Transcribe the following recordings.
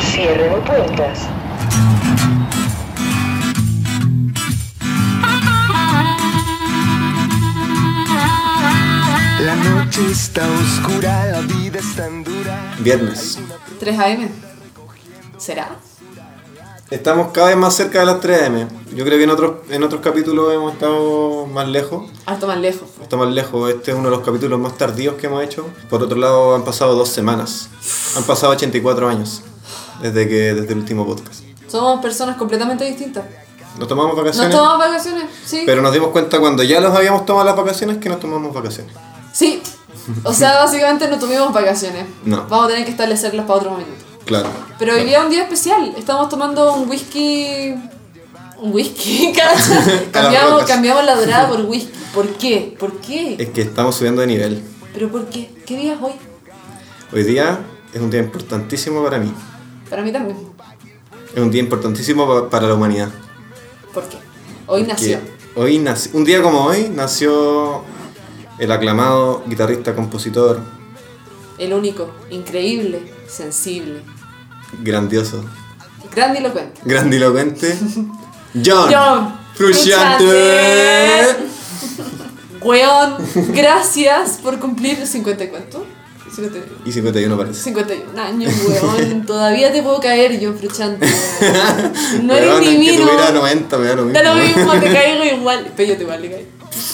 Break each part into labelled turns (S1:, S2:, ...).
S1: Cierre de puertas.
S2: La noche está oscura, la vida es tan dura.
S3: Viernes.
S4: 3 AM. ¿Será?
S3: Estamos cada vez más cerca de las 3 AM. Yo creo que en otros, en otros capítulos hemos estado más lejos.
S4: Harto más lejos.
S3: Hasta más lejos. Este es uno de los capítulos más tardíos que hemos hecho. Por otro lado, han pasado dos semanas. Han pasado 84 años desde, que, desde el último podcast.
S4: Somos personas completamente distintas.
S3: Nos tomamos
S4: Nos
S3: vacaciones.
S4: tomamos vacaciones, sí.
S3: Pero nos dimos cuenta cuando ya los habíamos tomado las vacaciones que nos tomamos vacaciones.
S4: Sí. O sea, básicamente no tuvimos vacaciones.
S3: No.
S4: Vamos a tener que establecerlas para otro momento.
S3: Claro.
S4: Pero hoy día es un día especial. Estamos tomando un whisky. Un whisky, ¿cachai?
S3: A las
S4: cambiamos,
S3: rocas.
S4: cambiamos la dorada por whisky. ¿Por qué? ¿Por qué?
S3: Es que estamos subiendo de nivel.
S4: ¿Pero por qué? ¿Qué día es hoy?
S3: Hoy día es un día importantísimo para mí.
S4: Para mí también.
S3: Es un día importantísimo pa- para la humanidad.
S4: ¿Por qué? Hoy nació.
S3: Que Hoy nació. Un día como hoy nació el aclamado guitarrista, compositor,
S4: El único, increíble, sensible,
S3: grandioso,
S4: grandilocuente.
S3: grandilocuente, John,
S4: John
S3: Frusciante.
S4: Weón, gracias por cumplir 50 y cuánto? 50
S3: Y 51 parece.
S4: 51 años, weón. Todavía te puedo caer yo, Fruchante. weón. No eres
S3: Weón,
S4: divino.
S3: Que tuviera 90, me da lo mismo.
S4: Da lo mismo, te caigo igual. Pero yo te igual le caigo.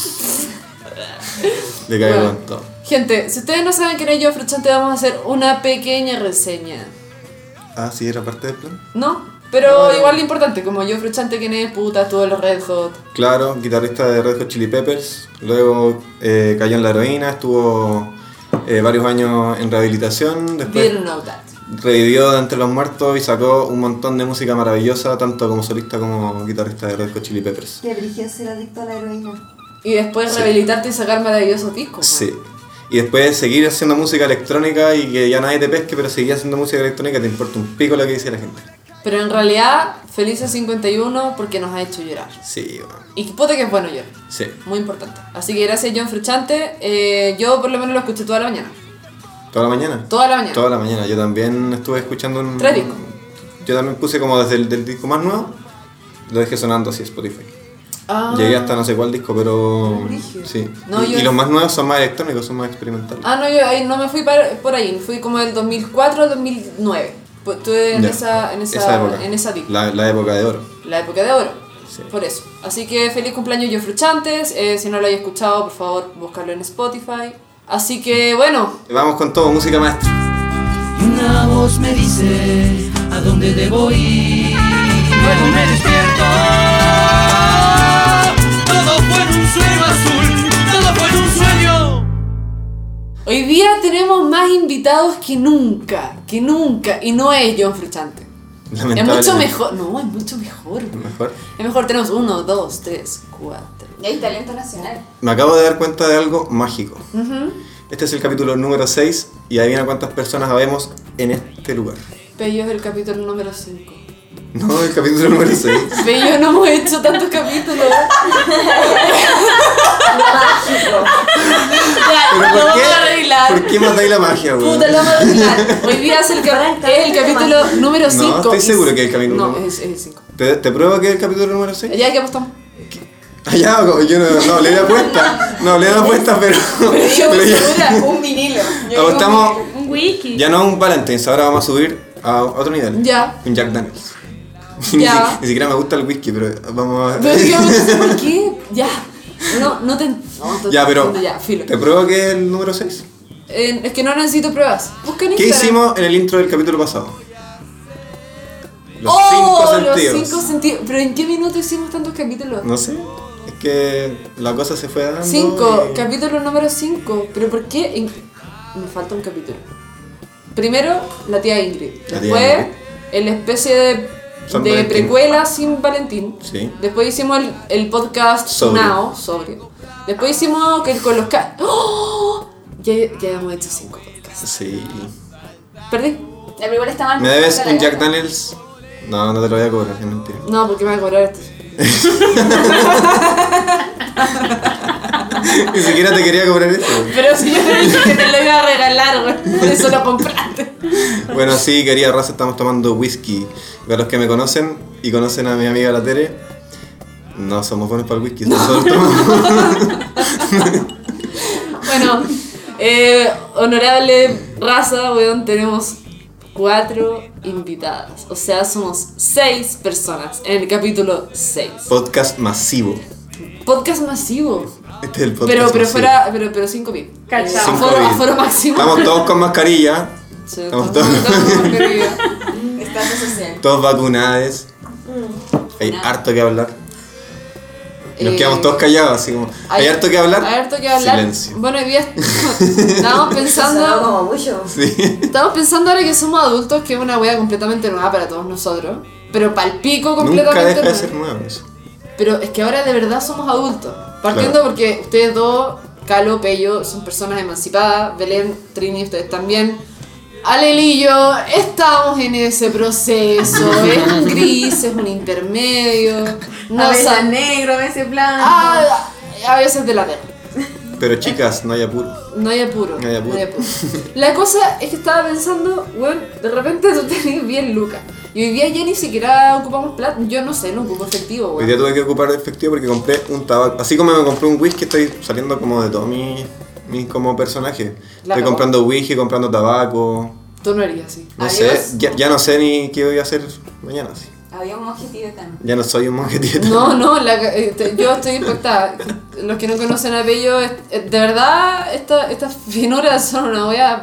S3: Le caigo
S4: Weón.
S3: con todo.
S4: Gente, si ustedes no saben quién es yo, Fruchante, vamos a hacer una pequeña reseña.
S3: Ah, sí, era parte del plan.
S4: ¿No? Pero igual de importante, como yo, Fruchante, quién es, puta, todos los Red Hot.
S3: Claro, guitarrista de Red Hot Chili Peppers. Luego eh, cayó en la heroína, estuvo eh, varios años en rehabilitación. Después
S4: Didn't know that.
S3: revivió de entre los muertos y sacó un montón de música maravillosa, tanto como solista como guitarrista de Red Hot Chili Peppers.
S5: Que brigio ser adicto a la heroína.
S4: Y después rehabilitarte y sacar maravillosos discos.
S3: Sí. Y después seguir haciendo música electrónica y que ya nadie te pesque, pero seguir haciendo música electrónica te importa un pico lo que dice la gente.
S4: weón. Pero en realidad, felices 51 porque nos ha hecho llorar.
S3: Sí, bueno.
S4: Y puta que es bueno llorar.
S3: Sí.
S4: Muy importante. Así que gracias John Fruchante. Eh, yo por lo menos lo escuché toda la mañana.
S3: ¿Toda la mañana?
S4: Toda la mañana.
S3: Toda la mañana. Yo también estuve escuchando un...
S4: Tres discos.
S3: Yo también puse como desde el del disco más nuevo, lo dejé sonando así Spotify.
S4: Ah.
S3: Llegué hasta no sé cuál disco, pero... Sí.
S4: No,
S3: y,
S4: yo-
S3: y los más nuevos son más electrónicos, son más experimentales.
S4: Ah, no, yo ahí no me fui para- por ahí. Fui como del 2004 al 2009. Pues Estuve en
S3: Ya.
S4: esa, en esa,
S3: época.
S4: en esa década.
S3: La, la época de oro.
S4: La época de oro.
S3: Sí.
S4: Por eso. Así que feliz cumpleaños John Fruchantes. Eh, si no lo hayas escuchado, por favor, búscalo en Spotify. Así que bueno,
S3: Vamos con todo, música maestra.
S6: Y una voz me dice a dónde debo ir. Luego me despierto. Todo fue en un sueño azul, todo fue en un sueño.
S4: Hoy día tenemos más invitados que nunca, que nunca, y no es John Fruchante. Es
S3: Lamentablemente.
S4: mucho mejor, no, es mucho mejor.
S3: Mejor.
S4: Es mejor, tenemos uno, dos, tres, cuatro.
S5: Y hay talento nacional.
S3: Me acabo de dar cuenta de algo mágico. Este es el capítulo número 6 y adivina cuántas personas habemos en este lugar.
S4: Pello es el capítulo número 5.
S3: No, el capítulo número 6.
S4: Pello, no hemos hecho tantos capítulos.
S3: ¿Pero
S4: ya, lo
S3: por
S4: vamos
S3: qué?
S4: a arreglar.
S3: ¿Por qué matáis la magia, weón?
S5: Puta, lo vamos a arreglar.
S4: Hoy día es el, cap- es el capítulo número
S3: No,
S4: 5.
S3: estoy seguro que es el capítulo
S4: No,
S3: número-
S4: es, es el 5.
S3: ¿Te, te pruebo que es el capítulo número 6?
S4: Ya que apostamos.
S3: Allá, como yo no, no le di apuesta. No le di apuesta, pero.
S5: Yo
S3: pero
S5: me
S3: ya-
S5: segura un vinilo. Yo
S3: Apostamos.
S5: digo
S7: Un wiki.
S3: Ya no un Valentine's, ahora vamos a subir a otro nivel.
S4: Ya.
S3: Un Jack Daniels.
S4: Ya.
S3: ni, si- ni siquiera me gusta el whisky, pero vamos
S4: Pero es que
S3: a.
S4: no sé por qué. Ya. No, no te. No, te-
S3: ya, pero.
S4: Ya, filo.
S3: ¿Te pruebo que es el número 6?
S4: Eh, es que no necesito pruebas. Busca en
S3: ¿Qué
S4: Instagram.
S3: hicimos en el intro del capítulo pasado? Los
S4: oh,
S3: cinco sentidos.
S4: los cinco sentidos. ¿Pero en qué minuto hicimos tantos capítulos?
S3: No sé. Es que la cosa se fue dando.
S4: Cinco,
S3: y-
S4: capítulo número cinco. ¿Pero por qué? en- Me falta un capítulo. Primero, la tía Ingrid.
S3: La tía
S4: Después,
S3: Ingrid.
S4: el especie de,
S3: San
S4: de
S3: Valentín.
S4: precuela sin Valentín.
S3: Sí.
S4: Después hicimos el, el podcast
S3: Sobrio.
S4: Now, sobrio. Después hicimos que el con los ca- ¡Oh! Ya, ya hemos hecho cinco podcasts.
S3: Sí.
S4: ¿Perdí?
S5: mi- La primera estaba
S4: Ah,
S3: ¿Me debes un Jack Daniels? No, no te lo voy a cobrar, es mentira.
S4: No, porque me voy a cobrar esto.
S3: Ni siquiera te quería cobrar eso.
S4: Pero si yo te dije que te lo iba a regalar, güey. Por eso lo compraste.
S3: Bueno, sí, querida raza, estamos tomando whisky. Para los que me conocen y conocen a mi amiga la Tere, no somos buenos para el whisky. Nosotros tomamos-
S4: Bueno, eh, honorable raza, weón, tenemos cuatro invitadas. O sea, somos seis personas en el capítulo 6.
S3: podcast masivo.
S4: Podcast masivo.
S3: Este es el podcast
S4: Pero, pero
S3: masivo.
S4: fuera, pero, pero 5.000.
S5: Cachao.
S3: Sin
S4: Aforo,
S3: COVID.
S4: aforo máximo.
S3: Estamos todos con mascarilla,
S4: Sí,
S3: estamos
S4: estamos
S3: todos-
S4: todos queridos.
S5: Estando social.
S3: todos vacunados. Hay harto que hablar. Y nos
S4: Mm. Eh,
S3: quedamos todos callados, así como. Hay, harto que hablar.
S4: Hay harto que hablar.
S3: Silencio.
S4: Bueno, hoy día estábamos
S5: Sonó
S4: pensando,
S5: como mucho.
S3: Sí.
S4: estábamos pensando ahora que somos adultos que es una wea completamente nueva para todos nosotros. Pero palpico
S3: Nunca deja de
S4: completamente nueva.
S3: ser nuevo eso.
S4: Pero es que ahora de verdad somos adultos. Partiendo
S3: Claro.
S4: porque ustedes dos, Calo, Pello, son personas emancipadas. Belén, Trini, ustedes también. Ale y yo estamos en ese proceso. es un gris, es un intermedio. No
S5: a veces
S4: sab-
S5: negro, a veces blanco.
S4: Ah, a veces de la verga.
S3: Pero chicas, no hay apuro.
S4: No hay apuro.
S3: No hay apuro.
S4: La cosa es que estaba pensando, weón, de repente tú tenés bien lucas. Y hoy día ya ni siquiera ocupamos plata. Yo no sé, no ocupo efectivo,
S3: Hoy
S4: weón.
S3: día tuve que ocupar efectivo porque compré un tabaco. Así como me compré un whisky, estoy saliendo como de todo mi, mi como personaje.
S4: La
S3: estoy
S4: cagó.
S3: comprando whisky, comprando tabaco.
S4: Tú no harías así.
S3: No
S5: Adiós.
S3: sé, ya, ya no sé ni qué voy a hacer mañana. sí.
S5: Había un objetivo también.
S3: Ya no soy un monje dieta.
S4: No, no, la ca- eh, te- yo estoy impactada. Los que no conocen a Bello, es- eh, de verdad, esta- estas finuras son una wea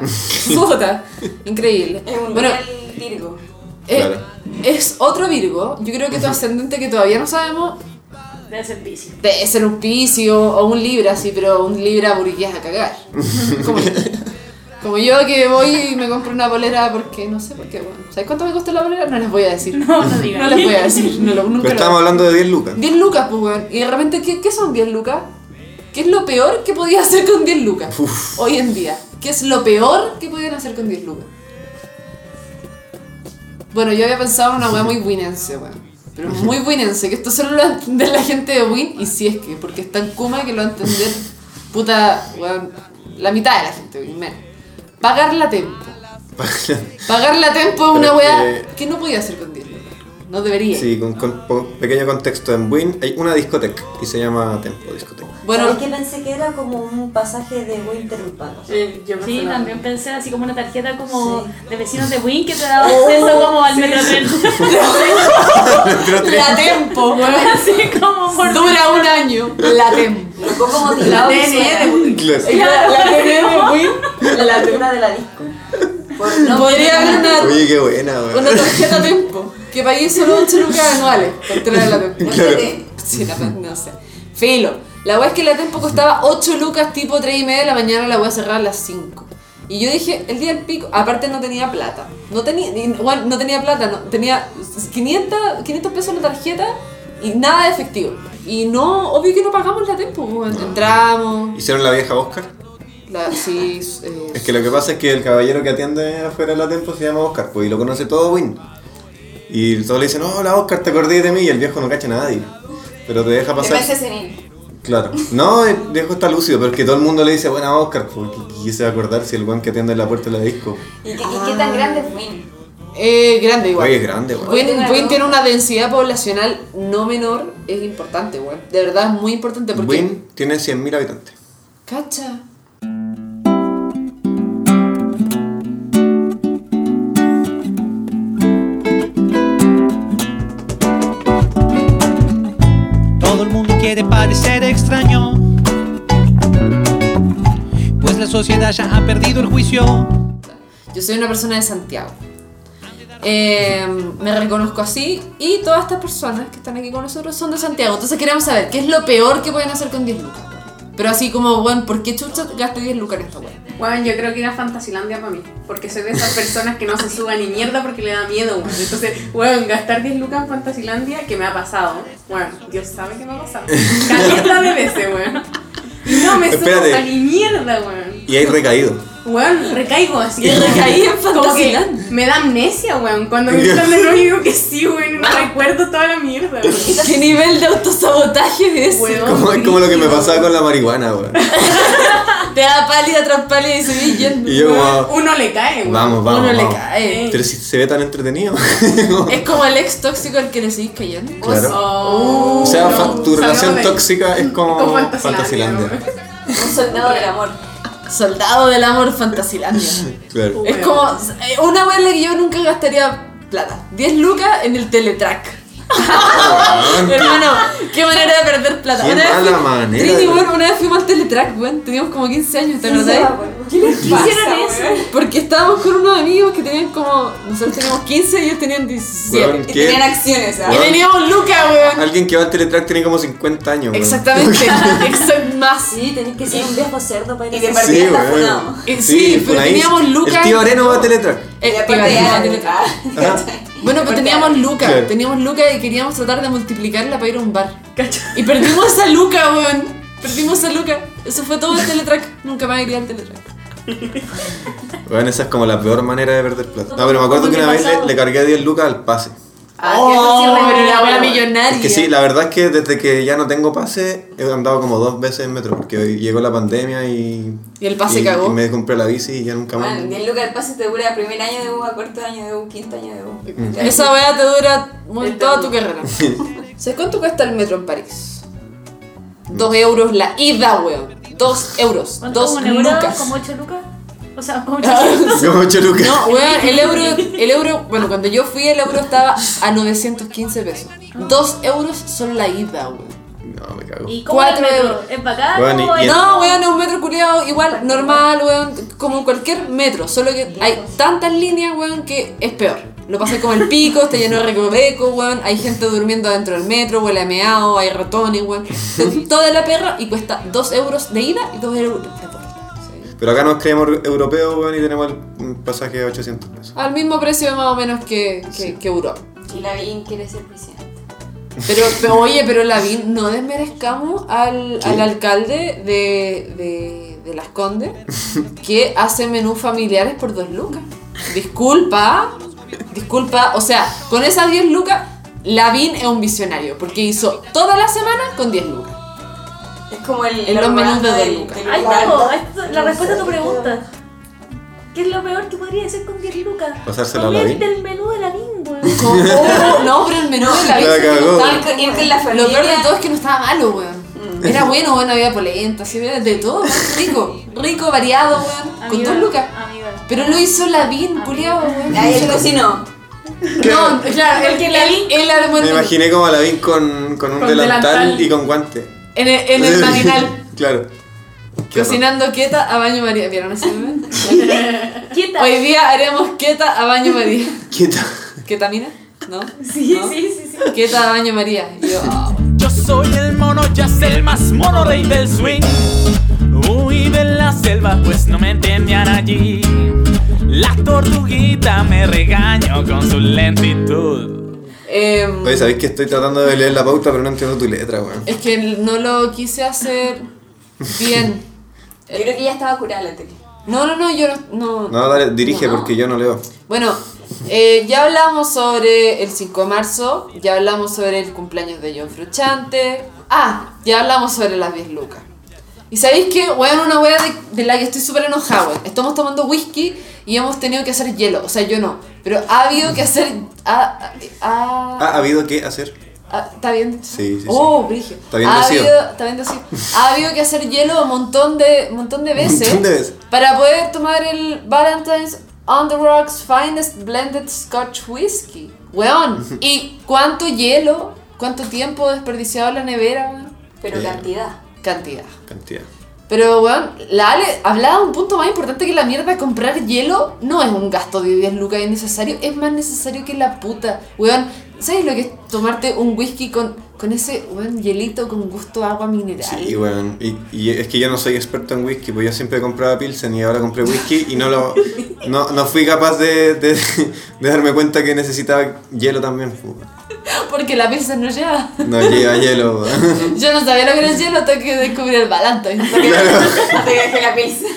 S4: puta. Increíble.
S5: Es un
S4: Bueno,
S5: real virgo.
S4: eh,
S3: Claro.
S4: es otro Virgo. Yo creo que tu ascendente que todavía no sabemos
S1: Debe ser bici.
S4: debe ser un Piscio o un Libra, sí, pero un Libra burgués a cagar. Como, como yo que voy y me compro una bolera porque no sé por qué, bueno. ¿Sabes cuánto me costó la bolera? No les voy a decir.
S1: No, no digas.
S4: No les voy a decir. No, lo-
S3: Pero
S4: nunca lo-
S3: estábamos hablando de 10 lucas.
S4: 10 lucas, pues, weón. Y de repente, ¿qué, qué son 10 lucas? ¿Qué es lo peor que podía hacer con 10 lucas?
S3: Uf.
S4: Hoy en día. ¿Qué es lo peor que podían hacer con 10 lucas? Bueno, yo había pensado en una weá muy winense, weón. Pero muy winense, que esto solo lo va a entender la gente de Win, y si es que, porque es tan kuma que lo va a entender, puta, weón, la mitad de la gente de Win, menos. Pagar la tempo. Pagar la tempo es una
S3: Pero es
S4: weá
S3: que-
S4: que no podía hacer con 10 lucas. No debería.
S3: sí, con, con- con pequeño contexto. En Win hay una discoteca y se llama Tempo Discoteca.
S4: Bueno,
S7: ¿Sabes qué pensé que era como un pasaje de Winter Urbano?
S1: Sí, también pensé así como una tarjeta como
S7: Sí.
S1: de vecinos de Win que te daba
S4: Oh,
S1: acceso como al metrotren.
S4: La tempo, weón.
S1: así como por
S4: Dura un año. La tempo.
S7: Lo poco
S5: La
S7: motivado que suena.
S5: TNE de
S3: Claro.
S7: La, la teoría de Win, la teoría de la disco. Por no
S4: Podría haber una,
S3: Oye, qué buena,
S4: una
S3: weón.
S4: tarjeta tempo. Que pagué solo 8 lucas anuales. Por tener la tempo.
S3: Claro.
S4: Sí, la pe- no sé. Filo. La wea es que la tempo costaba 8 lucas tipo 3 y media de la mañana. La voy a cerrar a las 5. Y yo dije, el día del pico, aparte no tenía plata. No tenía, ni- bueno, no tenía plata, no, tenía 500, 500 pesos en la tarjeta y nada de efectivo. Y no, obvio que no pagamos la tempo. weón. Entramos,
S3: Hicieron la vieja Oscar.
S4: La, sí, s- eh,
S3: Es que lo que pasa es que el caballero que atiende afuera de la tempo se llama Oscar, pues, y lo conoce todo Win. Y todos le dicen, hola Oscar, te acordé de mí, y el viejo no cacha a nadie. Pero te deja pasar.
S5: Demencia senil.
S3: Claro. No, el viejo está lúcido, pero es que todo el mundo le dice, buena Oscar, porque quise acordar si el weón que atiende en la puerta de la disco.
S5: ¿Y, qué- y qué tan grande es Win?
S4: eh, grande igual.
S3: Oye, es grande, weón.
S4: Win, Win tiene una densidad poblacional no menor, es importante, weón. De verdad es muy importante porque.
S3: Win tiene 100.000 habitantes.
S4: Cacha.
S6: Todo el mundo quiere parecer extraño, pues la sociedad ya ha perdido el juicio.
S4: Yo soy una persona de Santiago. Eh, me reconozco así y todas estas personas que están aquí con nosotros son de Santiago. Entonces queremos saber qué es lo peor que pueden hacer con 10 lucas. Pero así como, bueno, ¿por qué chucha gasté 10 lucas en esta weón?
S8: Bueno, yo creo que era Fantasilandia para mí, porque soy de esas personas que no se suba ni mierda porque le da miedo, weón. Entonces, weón, gastar 10 lucas en Fantasilandia, que me ha pasado. Bueno, Dios sabe que me ha pasado. Cajeta de veces, weón. Y No me subo
S3: Espérate.
S8: a ni mierda, weón.
S3: Y hay recaído.
S8: Weón, recaigo así.
S4: Y recaí en
S8: Como
S4: Fantasyland.
S8: que me da amnesia, weón. Cuando me invitan de nuevo digo que sí, weón. No recuerdo toda la mierda, weón.
S4: ¿Qué nivel de autosabotaje es ese?
S8: Weón,
S3: Como, es como lo que me
S8: brígido.
S3: pasaba con la marihuana, weón.
S4: Te da pálida tras pálida y se ve yendo.
S3: Y yo como,
S8: Uno le cae, weón.
S3: vamos, vamos.
S4: Uno le
S3: vamos.
S4: cae.
S3: Pero si se ve tan entretenido.
S4: Es como el ex tóxico al que le seguís cayendo.
S3: claro.
S8: Oh,
S3: O sea,
S8: no.
S3: fa- tu
S8: Salgamos de
S3: relación
S8: ahí.
S3: tóxica es como
S8: Con
S3: Fantasilandia.
S8: weón.
S7: Un soldado del amor.
S4: Soldado del amor Fantasilandia.
S3: Claro.
S4: es como eh, una wea en la que yo nunca gastaría plata. 10 lucas en el teletrack. Hermano, qué manera de perder plata.
S3: Qué
S4: Una vez
S3: mala
S4: fui-
S3: manera
S4: Trini,
S3: de-
S4: bueno, una vez fuimos al teletrack, weón. Teníamos como 15 años, ¿te acordás?
S7: ¿Qué les
S5: Hicieron eso.
S4: Porque estábamos con unos amigos que tenían como. Nosotros teníamos 15 y ellos tenían 17.
S3: Weón,
S7: Y
S3: ¿qué?
S7: tenían acciones, ¿ah?
S4: Y teníamos lucas, weón.
S3: Alguien que va al Teletrack tiene como 50 años, weón.
S4: Exactamente, exact más.
S7: Sí, tenés que ser un viejo cerdo para ir
S5: Y de
S7: a
S5: partida
S3: Sí,
S7: hacer-
S5: está
S3: weón.
S4: Eh, sí, pero
S3: por ahí.
S4: teníamos lucas.
S3: El tío Areno va a Teletrack.
S7: Y
S4: Eh,
S7: aparte
S4: tío,
S7: ya,
S4: no, tiene-
S3: Ajá.
S4: Bueno, pues teníamos lucas,
S3: Claro.
S4: teníamos lucas y queríamos tratar de multiplicarla para ir a un bar.
S8: Cacha.
S4: Y perdimos esa luca, weón. Perdimos esa luca. Eso fue todo el teletrack. Nunca más iría al teletrack.
S3: Weón, esa es como la peor manera de perder plata. No, pero me acuerdo que una vez le, le cargué 10 lucas al pase.
S8: Ah, que eso sí,
S4: Oh, pero la wea
S8: weón.
S4: millonaria.
S3: Es que sí, la verdad es que desde que ya no tengo pase, he andado como dos veces en metro, porque hoy llegó la pandemia y...
S4: Y el pase
S3: y-
S4: cagó.
S3: Y me compré la bici y ya nunca más.
S7: Man, 10 lucas Ah, el pase te dura primer año de U a cuarto año de U, quinto año de
S3: Mm.
S7: U. Ya.
S4: Esa weá te dura muy-
S8: El
S4: toda tu
S8: tabú.
S4: carrera. ¿Sabes cuánto cuesta el metro en París? Dos euros la ida, weón. Dos euros.
S1: ¿Cuánto?
S4: Dos
S1: ¿Como un euro?
S4: lucas.
S1: ¿Como 8 lucas? O sea, como 8
S3: Como 8 lucas.
S4: No, weón, el euro, el euro, bueno, cuando yo fui el euro estaba a 915 pesos.
S1: Ah.
S4: Dos euros son la ida, weón.
S3: No, me cago.
S1: ¿Y cómo es el
S4: Cuatro
S1: metro?
S4: euros.
S1: ¿Es bacán
S3: Bueno, y-
S1: o
S3: y
S1: es-
S3: el-
S4: No, weón, es un metro culiado igual, normal, weón, como en cualquier metro, solo que hay tantas líneas, weón, que es peor. Lo pasé como el pico, está lleno de recoveco, weón, hay gente durmiendo adentro del metro, huele a meao, hay ratones, weón. Toda la perra y cuesta dos euros de ida y dos euros de vuelta. Sí.
S3: Pero acá nos creemos europeos, weón, y tenemos el pasaje a 800 pesos.
S4: Al mismo precio más o menos que, que, que Europa.
S7: Y la Vin quiere ser presidente.
S4: Pero, pero, oye, pero Lavín, no desmerezcamos al, al alcalde de, de, de Las Condes que hace menús familiares por dos lucas. Disculpa, disculpa. O sea, con esas 10 lucas, Lavín es un visionario porque hizo toda la semana con 10 lucas.
S7: Es como el.
S4: En los menús de
S7: Orlando
S4: Don
S7: del-
S4: Lucas.
S7: del
S1: Ahí está,
S7: Orlando.
S1: po, ahí está la respuesta a tu pregunta. ¿Qué es lo peor que podría hacer con 10 lucas?
S3: Pasársela a la
S1: Comerte
S3: Vin.
S1: el menú de la Vin, weón.
S4: Como, oh, no, pero el menú de Lavín.
S3: La
S4: se me
S3: cagó.
S4: notaba.
S7: Ir con- ir con la familia.
S4: Lo peor de todo es que no estaba malo, weón. Era bueno, bueno, había polenta, sí, había de todo, weón. rico, rico, variado, weón, con
S1: Amiga,
S4: dos lucas.
S1: Amiga.
S4: Pero lo hizo
S1: Ah,
S4: Lavín, culiao, weón.
S7: Ahí el cocinó.
S4: No, claro, el que Lavín, él armó el
S3: Me
S4: menú.
S3: imaginé como a la Vin con, con un
S8: Con
S3: delantal,
S8: delantal.
S3: y con guante.
S4: En el, en el matinal,
S3: claro.
S4: cocinando queta a baño María. ¿Vieron ese meme?
S1: Quieta.
S4: Hoy día haremos queta a baño María.
S3: Quieta.
S4: ¿Ketamina? ¿No?
S1: Sí,
S4: ¿No?
S1: sí, sí, sí.
S4: Queta a baño María. Y yo, ah,
S9: Yo soy el mono, ya sé el más mono rey del swing. Huí de la selva, pues no me entendían allí. La tortuguita me regañó con su lentitud.
S4: em,
S3: Oye, sabéis que estoy tratando de leer la pauta, pero no entiendo tu letra, weón.
S4: es que no lo quise hacer bien.
S7: Yo creo que ya estaba curada la tele.
S4: No, no, no, yo no.
S3: No, dale, dirige porque yo no leo.
S4: Bueno, eh, ya hablamos sobre el 5 de marzo, ya hablamos sobre el cumpleaños de John Fruchante. Ah, ya hablamos sobre las 10 lucas. Y sabéis que, weón, una wea de, de la que estoy súper enojada, weón. Estamos tomando whisky y hemos tenido que hacer hielo. O sea, yo no. Pero ha habido que hacer. ha- ha-
S3: Ah, ¿ha habido qué hacer?
S4: Ah, ¿Está bien?
S3: Sí, sí, sí.
S4: Oh, brillo.
S3: Está bien
S4: ha
S3: decido.
S4: habido, está bien decido. Ha habido que hacer hielo un montón de, montón de veces.
S3: Montón de veces.
S4: Para poder tomar el Valentine's On The Rocks Finest Blended Scotch Whiskey. Weón. ¿Y cuánto hielo? ¿Cuánto tiempo desperdiciado en la nevera? weón?
S7: Pero
S3: Sí.
S7: cantidad.
S4: Cantidad.
S3: Cantidad.
S4: Pero, weón, la Ale hablaba de un punto más importante que la mierda. Comprar hielo no es un gasto de 10 lucas innecesario. Es más necesario que la puta. Weón, ¿sabes lo que es tomarte un whisky con, con ese, weón, hielito con gusto a agua mineral?
S3: Sí, weón. Y, y es que yo no soy experto en whisky, pues yo siempre compraba Pilsen y ahora compré whisky y no lo. No, no fui capaz de, de, de darme cuenta que necesitaba hielo también, pues, weón.
S4: Porque la pizza no lleva.
S3: No lleva hielo, weón.
S4: Yo no sabía lo que era el hielo hasta que descubrí el Valentine.
S7: Te dejé la pizza.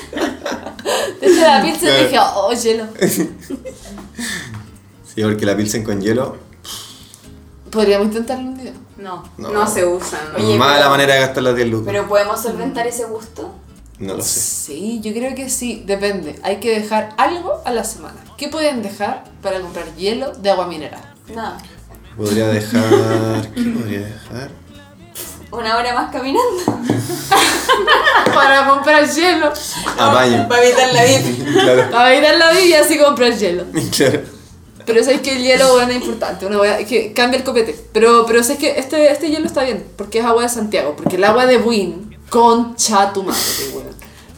S4: Desde la pizza
S3: Claro.
S4: dije, oh, hielo.
S3: Sí, porque la pilsen con hielo,
S4: Podríamos intentarlo un día.
S5: No.
S3: no.
S8: No se usan.
S5: Oye,
S3: Mala
S5: pero-
S3: manera de gastar las 10 lucas.
S5: Pero podemos solventar ese gusto.
S3: No lo sé.
S4: Sí, yo creo que sí, depende. Hay que dejar algo a la semana. ¿Qué pueden dejar para comprar hielo de agua mineral?
S5: Nada.
S3: Podría dejar. ¿Qué podría dejar?
S5: Una hora más caminando.
S4: Para comprar hielo.
S3: A baño.
S4: Para evitar la vida.
S3: Claro,
S4: Para evitar la vida y así comprar hielo.
S3: claro.
S4: Pero sabes que el hielo bueno, es importante, una hueá- es que cambia el copete. Pero, pero sabes que este, este hielo está bien, porque es agua de Santiago, porque el agua de Buin, concha tu madre, weón.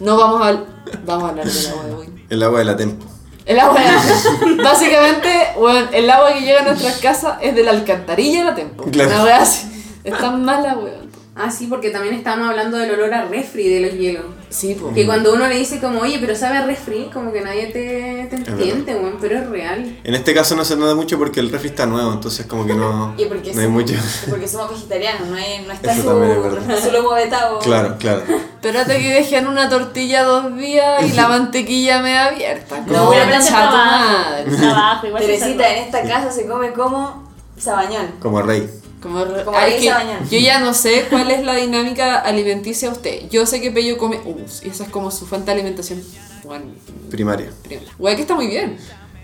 S4: No vamos a, vamos a hablar del agua de Buin.
S3: El agua de la tempo.
S4: El agua de- Básicamente, weón, el agua que llega a nuestras casas es de la alcantarilla de la tempo.
S3: Claro.
S4: Una hueá así. Es tan mala, weón.
S8: Ah, sí, porque también estábamos hablando del olor a refri de los hielos.
S4: Sí, po.
S8: Que cuando uno le dice como, oye, pero sabe a refri, como que nadie te, te
S3: verdad.
S8: entiende, weón, pero es real.
S3: En este caso no se nota mucho porque el refri está nuevo, entonces como que no,
S5: Y porque
S3: no hay
S5: somos-
S3: mucho.
S5: Porque somos vegetarianos, no, hay, no está
S3: Eso
S5: su,
S3: también es verdad.
S5: su lomo vetado.
S3: Claro, claro.
S4: Espérate que dejen una tortilla dos días y la mantequilla media abierta.
S5: No,
S4: Concha
S5: una plancha
S4: tu
S7: trabaja.
S4: madre.
S7: Trabajo, igual se
S5: Teresita,
S7: salva.
S5: en esta casa se come como sabañón.
S3: Como rey.
S4: Como, re-
S5: Como
S4: Ah,
S5: ahí
S4: es
S5: se
S4: que
S5: bañan.
S4: yo ya no sé cuál es la dinámica alimenticia de usted. Yo sé que Pello come humus y esa es como su fuente de alimentación. Bueno,
S3: Primaria.
S4: Güey, que está muy bien.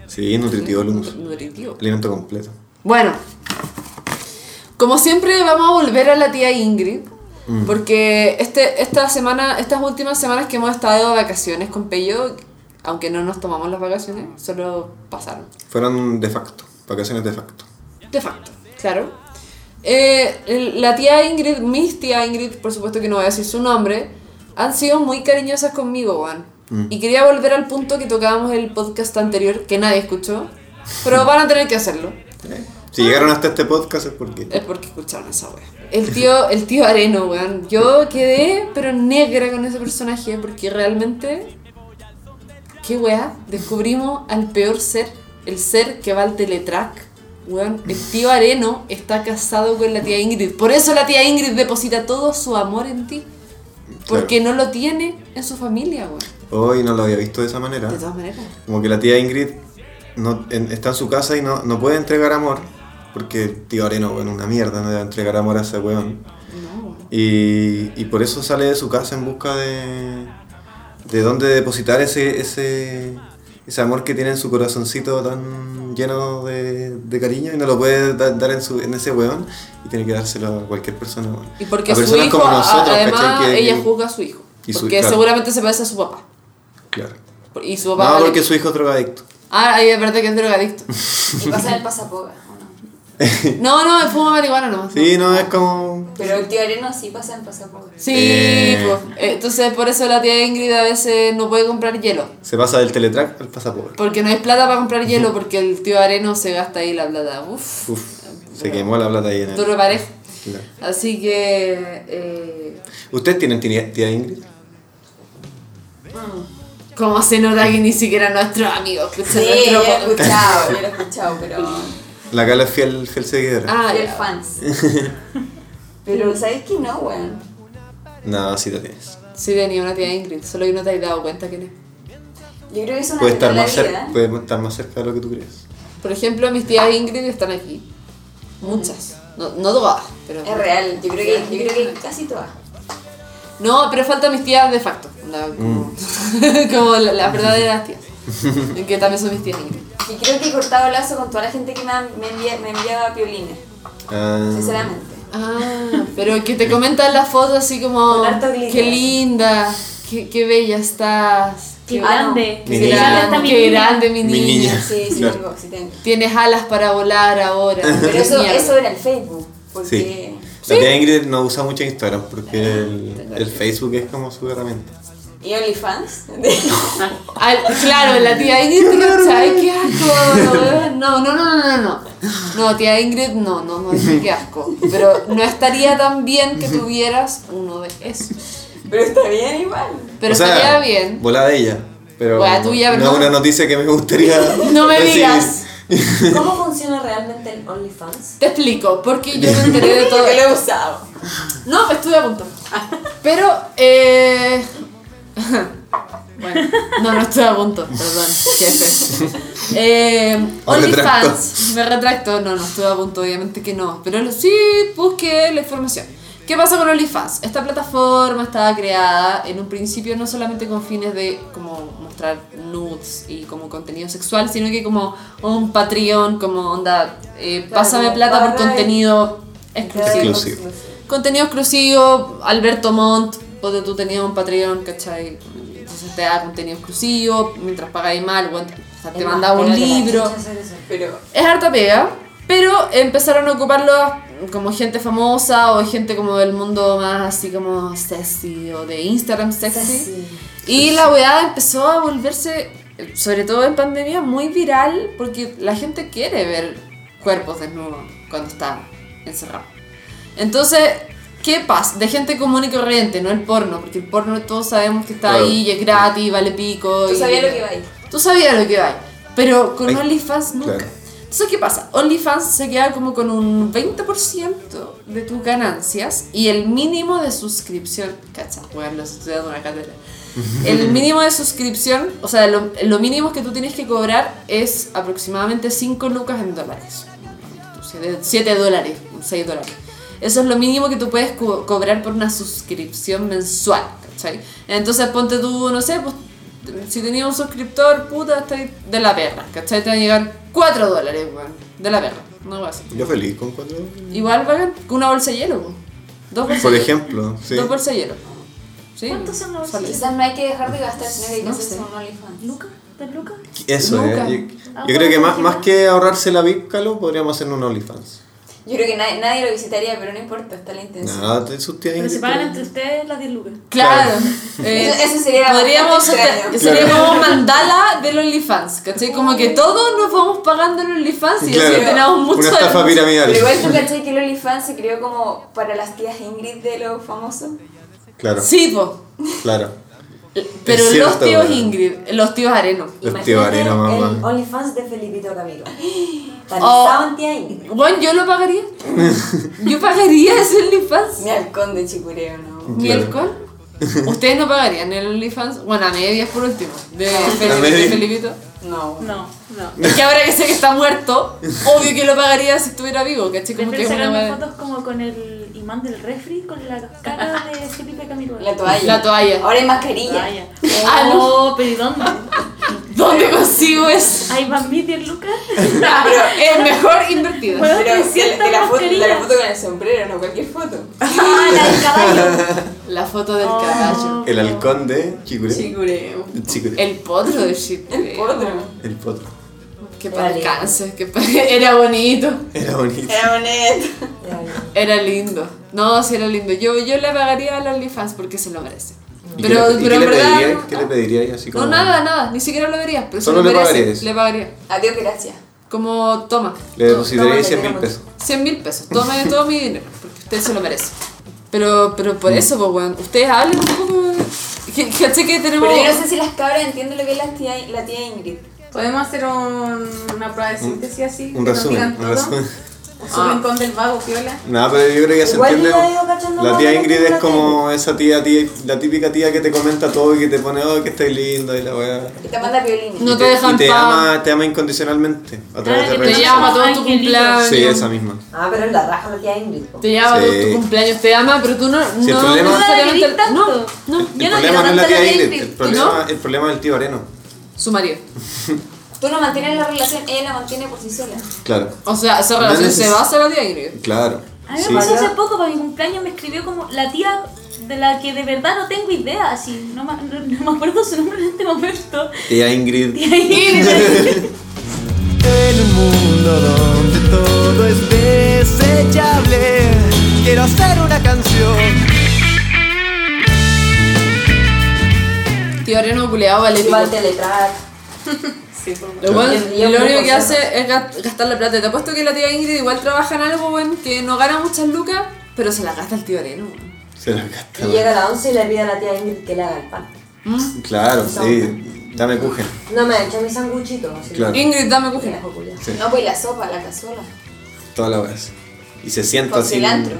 S3: Sí, nutritivo el humus.
S4: Nutritivo.
S3: Alimento completo.
S4: Bueno, como siempre vamos a volver a la tía Ingrid. Porque este, esta semana, estas últimas semanas que hemos estado de vacaciones con Pello, aunque no nos tomamos las vacaciones, solo pasaron.
S3: Fueron de facto. Vacaciones de facto.
S4: De facto, claro. Eh, el- la tía Ingrid, mis tía Ingrid, por supuesto que no voy a decir su nombre, han sido muy cariñosas conmigo, Juan. Y quería volver al punto que tocábamos el podcast anterior, que nadie escuchó, pero van a tener que hacerlo.
S3: Si llegaron hasta este podcast es porque.
S4: Es porque escucharon esa wea. El tío, el tío Areno, weón. Yo quedé, pero negra con ese personaje, porque realmente. Qué wea. Descubrimos al peor ser, el ser que va al teletrack. Weón, el tío Areno está casado con la tía Ingrid. Por eso la tía Ingrid deposita todo su amor en ti. Porque no lo tiene en su familia, weón.
S3: Hoy no lo había visto de esa manera.
S4: De todas maneras.
S3: Como que la tía Ingrid no, en- está en su casa y no, no puede entregar amor. Porque el tío Areno, bueno, una mierda, no le va a entregar amor a ese weón. Y, y por eso sale de su casa en busca de, de dónde depositar ese, ese, ese amor que tiene en su corazoncito tan lleno de, de cariño y no lo puede da- dar en, su, en ese weón y tiene que dárselo a cualquier persona. weón.
S4: Y porque
S3: a
S4: su
S3: personas
S4: hijo,
S3: como
S4: a-
S3: nosotros,
S4: además,
S3: ¿cachai? Que-
S4: ella
S3: que-
S4: juzga a su hijo.
S3: Y su-
S4: Porque
S3: claro.
S4: seguramente se parece a su papá.
S3: Claro.
S4: Y su papá.
S3: No,
S4: vale-
S3: porque su hijo es drogadicto.
S4: Ah, ahí es verdad que es drogadicto.
S5: Y pasa el pasapoga. ¿o no?
S4: No, no, fuma marihuana nomás.
S3: Sí, no, es como...
S5: Pero el tío Areno sí pasa en pasapoga.
S4: Sí,
S3: Eh.
S4: pues. eh, Entonces, por eso la tía Ingrid a veces no puede comprar hielo.
S3: Se pasa del teletrack al pasaporte.
S4: Porque no hay plata para comprar hielo, porque el tío Areno se gasta ahí la plata. Uf,
S3: Uf, se quemó la plata ahí en el...
S4: duro parejo.
S3: Claro.
S4: Así que. Eh,
S3: ¿Ustedes tienen tía, tía Ingrid?
S4: como se nota que ni siquiera nuestros amigos escuchan
S5: Sí, yo
S4: nuestro
S5: lo he
S4: podcast.
S5: escuchado, yo lo he escuchado, pero.
S3: La Carla es fiel, fiel seguidora.
S4: Ah,
S5: Soy el
S4: ya.
S5: fans. Pero ¿sabéis que no, weón?
S3: No, sí la tienes.
S4: Sí, tenía una tía Ingrid, solo que no te has dado cuenta quién es.
S5: Yo creo que es una
S3: Puede
S5: meta
S3: estar,
S5: de la
S3: más cerca,
S5: vida.
S3: puede estar más cerca de lo que tú crees.
S4: Por ejemplo, mis tías Ingrid están aquí. Muchas. No, no todas, pero.
S5: Es real, yo creo que, yo creo que casi todas.
S4: No, pero faltan mis tías de facto. la-
S3: Mm.
S4: como como la- las verdaderas tías. que también son mis tías Ingrid.
S5: Y creo que he cortado lazo con toda la gente que me, ha- me, envía- me enviaba piolines,
S3: Ah,
S5: sinceramente.
S4: Ah, pero que te comentan las fotos así como.
S5: Con harto glitter.
S4: Qué linda, qué, qué bella estás.
S7: Qué
S4: Qué,
S7: grande.
S3: Mi
S7: Qué
S3: niña.
S7: grande grande
S4: gran-
S7: está mi
S4: qué
S7: niña.
S4: grande mi
S3: Mi
S4: niña.
S3: niña.
S5: Sí, sí
S3: Claro.
S5: tengo, sí tengo.
S4: Tienes alas para volar ahora.
S5: Pero
S4: Qué
S5: eso,
S4: mierda.
S5: eso era el Facebook, porque
S3: Sí. La tía Ingrid no usa mucho Instagram porque el, el Facebook es como su herramienta.
S5: ¿Y OnlyFans?
S4: Al- claro, la tía Ingrid, ¿sabes qué asco? weón. No, no, no, no, no, no. No, tía Ingrid, no, no, no, dije qué asco. Pero no estaría tan bien que tuvieras uno de esos.
S5: Pero está bien igual.
S4: Pero
S3: o sea,
S4: estaría bien.
S3: Bola de ella. Pero
S4: Bola tuya,
S3: no
S4: ¿no?
S3: es una noticia que me gustaría.
S4: No me
S3: recibir.
S4: digas.
S5: ¿Cómo funciona realmente el OnlyFans?
S4: Te explico, porque yo me enteré de todo.
S5: Porque lo he usado.
S4: No, me estuve a punto. Pero, eh. Bueno, no, no estuve a punto, perdón, jefe. Eh,
S3: Me
S4: OnlyFans. Me retracto, no, no estuve a punto, obviamente que no. Pero lo- sí busqué la información. ¿Qué pasa con OnlyFans? Esta plataforma estaba creada en un principio no solamente con fines de como mostrar nudes y como contenido sexual, sino que como un Patreon, como onda, eh,
S5: Claro,
S4: pásame
S5: como
S4: plata por
S5: paga y-
S4: contenido exclusivo.
S3: Exclusivo.
S4: Contenido exclusivo, Alberto Montt, donde tú tenías un Patreon, ¿cachai? Entonces te da contenido exclusivo, mientras pagáis mal, weón, o sea, te manda un libro.
S7: Pero
S4: Es harta pega, pero empezaron a ocuparlo como gente famosa o gente como del mundo más así como sexy o de Instagram sexy. Y la weá empezó a volverse, sobre todo en pandemia, muy viral porque la gente quiere ver cuerpos desnudos cuando está encerrado. Entonces, ¿qué pasa? De gente común y corriente, no el porno, porque el porno todos sabemos que está
S3: Claro.
S4: ahí y es gratis, vale pico.
S5: Tú
S4: y-
S5: sabías lo que iba a ir.
S4: Tú sabías lo que hay, pero con
S3: Ay,
S4: OnlyFans nunca.
S3: claro.
S4: Entonces, ¿qué pasa? OnlyFans se queda como con un 20% de tus ganancias y el mínimo de suscripción. Cacha, weón, los estoy dando una cátedra. El mínimo de suscripción, o sea, lo, lo mínimo que tú tienes que cobrar es aproximadamente 5 lucas en dólares. 7 dólares, 6 dólares. Eso es lo mínimo que tú puedes co- cobrar por una suscripción mensual, ¿cachai? Entonces ponte tú, no sé, pues si tenías un suscriptor, puta, estáis de la perra, ¿cachai? Te van a llegar 4 dólares, weón, de la perra, no así.
S3: Yo feliz con cuatro.
S1: Mm.
S4: Igual pagan con una bolsa de hielo, weón. Dos bolsas
S3: Por
S4: de hielo.
S3: ejemplo, sí.
S4: Dos bolsas de hielo. ¿Sí?
S1: ¿Cuántos son los
S4: Sale.
S5: Quizás no hay que dejar de gastar, sino que hay que
S4: No
S5: hacerse
S4: sé.
S5: un OnlyFans.
S1: ¿Luca? ¿De Luca?
S3: Eso, eh.
S4: Nunca.
S3: Yo, yo creo que más, más que ahorrarse la Vícalo, podríamos hacer un OnlyFans.
S5: Yo creo que nadie, nadie lo visitaría, pero no importa, está la intención.
S3: Nada, te sustia-
S1: Pero se pagan entre ustedes las 10 lucas.
S4: Claro.
S3: Claro.
S4: Eh,
S5: Eso- eso sería
S4: Podríamos.
S5: bastante extraño.
S4: Sería
S3: Claro.
S4: como mandala del OnlyFans, ¿cachai? Como que todos nos vamos pagando el OnlyFans y
S3: Claro.
S4: así tenemos mucho.
S3: Una estafa piramidal.
S5: Pero igual tú cachai que el OnlyFans se creó como para las tías Ingrid de los famosos.
S3: Claro,
S4: Sí, po.
S3: claro.
S4: Pero
S3: Es
S4: los
S3: cierto,
S4: tíos
S3: weón.
S4: Ingrid, los tíos Areno.
S3: Los Ah, tío Arena,
S7: El
S3: mamá.
S7: OnlyFans de Felipito Camilo.
S4: Oh.
S7: Estaban tía Ingrid.
S4: Bueno, yo lo pagaría. Yo pagaría ese OnlyFans.
S5: Ni al conde chicureo, ¿no?
S4: Mi
S3: Claro.
S4: alcohol. Ustedes no pagarían el OnlyFans. Bueno, a medias por último. De, Fe-
S3: A
S4: de
S3: medias.
S4: Felipito.
S5: No.
S8: No, no.
S4: Es que ahora que sé que está muerto, obvio que lo pagaría si estuviera vivo, ¿cachai? Como que
S1: Prefiero
S4: es una
S1: sacarme
S4: weá-
S1: fotos como con el imán del refri con la cara de Felipe Camilo.
S5: La toalla.
S4: La toalla.
S5: Ahora hay mascarilla.
S1: Vaya.
S4: Ah,
S1: Oh, pero ¿y dónde?
S4: ¿Dónde consigo eso?
S1: ¿Hay más mil 10 lucas?
S4: es mejor invertido.
S1: Bueno,
S5: Pero de la, de la foto, de la
S1: mascarillas.
S5: foto con el sombrero, no cualquier foto.
S1: Ah, la del caballo.
S4: La foto del
S1: Ah. Oh.
S4: caballo.
S3: El halcón de Chicureo.
S8: Chicureo.
S3: Chicureo.
S4: El potro de shit.
S5: Otro.
S3: El potro.
S4: Que para el cáncer, que pa- era bonito.
S3: Era bonito.
S5: Era bonito.
S4: Era lindo. No, sí era lindo. Yo, yo le pagaría a los OnlyFans porque se lo merece.
S3: ¿Y
S4: Pero,
S3: qué le, y
S4: pero
S3: qué
S4: en
S3: le
S4: verdad.
S3: pediría, ¿Qué le pediría así como?
S4: No, nada, nada. Ni siquiera lo vería. Pero
S3: Solo
S4: se lo
S3: le
S4: merece.
S3: pagarías.
S4: Le pagaría.
S5: Adiós, gracias.
S4: Como, toma.
S3: Le depositaría
S5: Tómate,
S3: 100 mil
S5: tómate.
S3: pesos.
S4: 100 mil pesos. Tome todo mi dinero. Porque usted se lo merece. Pero, pero
S3: Mm.
S4: por eso, pues, weón. Ustedes hablen un poco. weón. Que- Caché que tenemos.
S5: Pero yo no sé si las cabras entienden lo que es la tía, la tía Ingrid.
S8: Podemos hacer un- una prueba de síntesis así.
S3: Un
S8: que nos
S3: resumen,
S8: digan
S3: un
S8: todo.
S3: resumen.
S8: Su rincón del vago, piola.
S3: Nada, pero yo creo que ya se
S7: Igual
S3: entiende.
S7: yo la veo cachando
S3: La
S7: más
S3: tía
S7: de lo
S3: Ingrid
S7: que
S3: es
S7: la
S3: como esa tía, tía, la típica tía que te comenta todo y que te pone, oh, que estáis lindo y la weá.
S5: Y te manda violines.
S4: No
S3: Y
S4: te dejan
S3: y te
S4: pa-
S3: ama, te ama incondicionalmente a través
S1: Ah,
S3: de
S1: que
S4: Te
S3: redes
S1: llama.
S4: llama todo tu
S1: Angelito.
S4: cumpleaños.
S3: Sí, esa misma.
S7: Ah, pero es la raja la tía Ingrid. po.
S4: Te llama
S3: Sí.
S4: todo tu cumpleaños, te ama, pero tú no.
S3: Sí, el
S4: no,
S3: problema-
S4: no,
S3: No la
S4: necesariamente-
S1: querís tanto.
S4: no, no,
S3: el
S4: yo no
S3: problema
S4: quiero
S3: no es la
S4: tanto
S3: tía
S4: a
S3: Ingrid, el
S4: ¿tú
S3: problema, el problema es el tío Areno.
S4: no? Su marido.
S5: Tú no mantienes la relación, ella la mantiene por sí sola.
S3: Claro,
S4: O sea, esa
S3: No
S4: relación
S3: neces-
S4: se basa en la tía Ingrid.
S3: claro.
S1: A mí me
S3: Sí.
S1: pasó hace poco, para mi cumpleaños me escribió como la tía de la que de verdad no tengo idea, así, no, ma- no- no me acuerdo su nombre en este momento.
S3: Tía Ingrid.
S1: Tía Ingrid.
S2: En un mundo donde todo es desechable, quiero hacer una canción.
S4: Tío Areno culeado vale pico.
S7: Iba al teletrack.
S8: Sí, por
S4: Lo, cual-
S7: Y el
S4: lo único
S7: viejo
S4: que
S7: cosa.
S4: hace es gast- gastar la plata. Te apuesto que la tía Ingrid igual trabaja en algo, weón, que no gana muchas lucas, pero se la gasta el tío Areno. weón.
S3: Se la gasta.
S7: Y llega a las 11 y le pide a la tía Ingrid que le haga el pan.
S3: Claro, sí. Dame cujen.
S7: No me ha hecho mi sanguchito. así.
S3: Claro.
S4: Ingrid, dame
S7: Qué
S4: cogida.
S7: asco, culiao.
S3: Sí.
S5: No, pues y la sopa, la cazuela.
S3: Toda la vez. Y se sienta
S5: Con
S3: así.
S5: cilantro.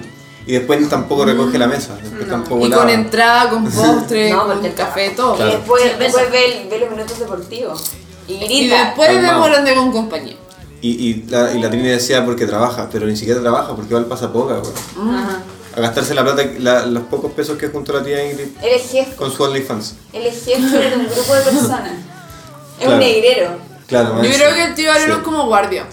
S3: Y después tampoco recoge la mesa. Después tampoco
S4: Y
S3: lava.
S4: con entrada, con postre,
S7: No,
S4: con
S7: porque el
S4: café, todo.
S5: Y
S3: Claro.
S5: después,
S1: Cerveza.
S5: después ve, el- ve los minutos deportivos. Y grita.
S4: Y después
S3: Calmao.
S4: vemos Grande con compañía.
S3: Y, y la, y la Trini decía porque trabaja, pero ni siquiera trabaja porque va al pasapoca, güey.
S8: Ajá.
S3: A gastarse la plata, la- los pocos pesos que juntó la tía Ingrid
S5: Él es jefe.
S3: con su OnlyFans.
S5: Él es jefe de un grupo de personas. Es
S3: Claro.
S5: un negrero.
S3: Claro,
S4: Yo creo que el tío Areno
S3: Ah, Sí.
S4: es como guardia.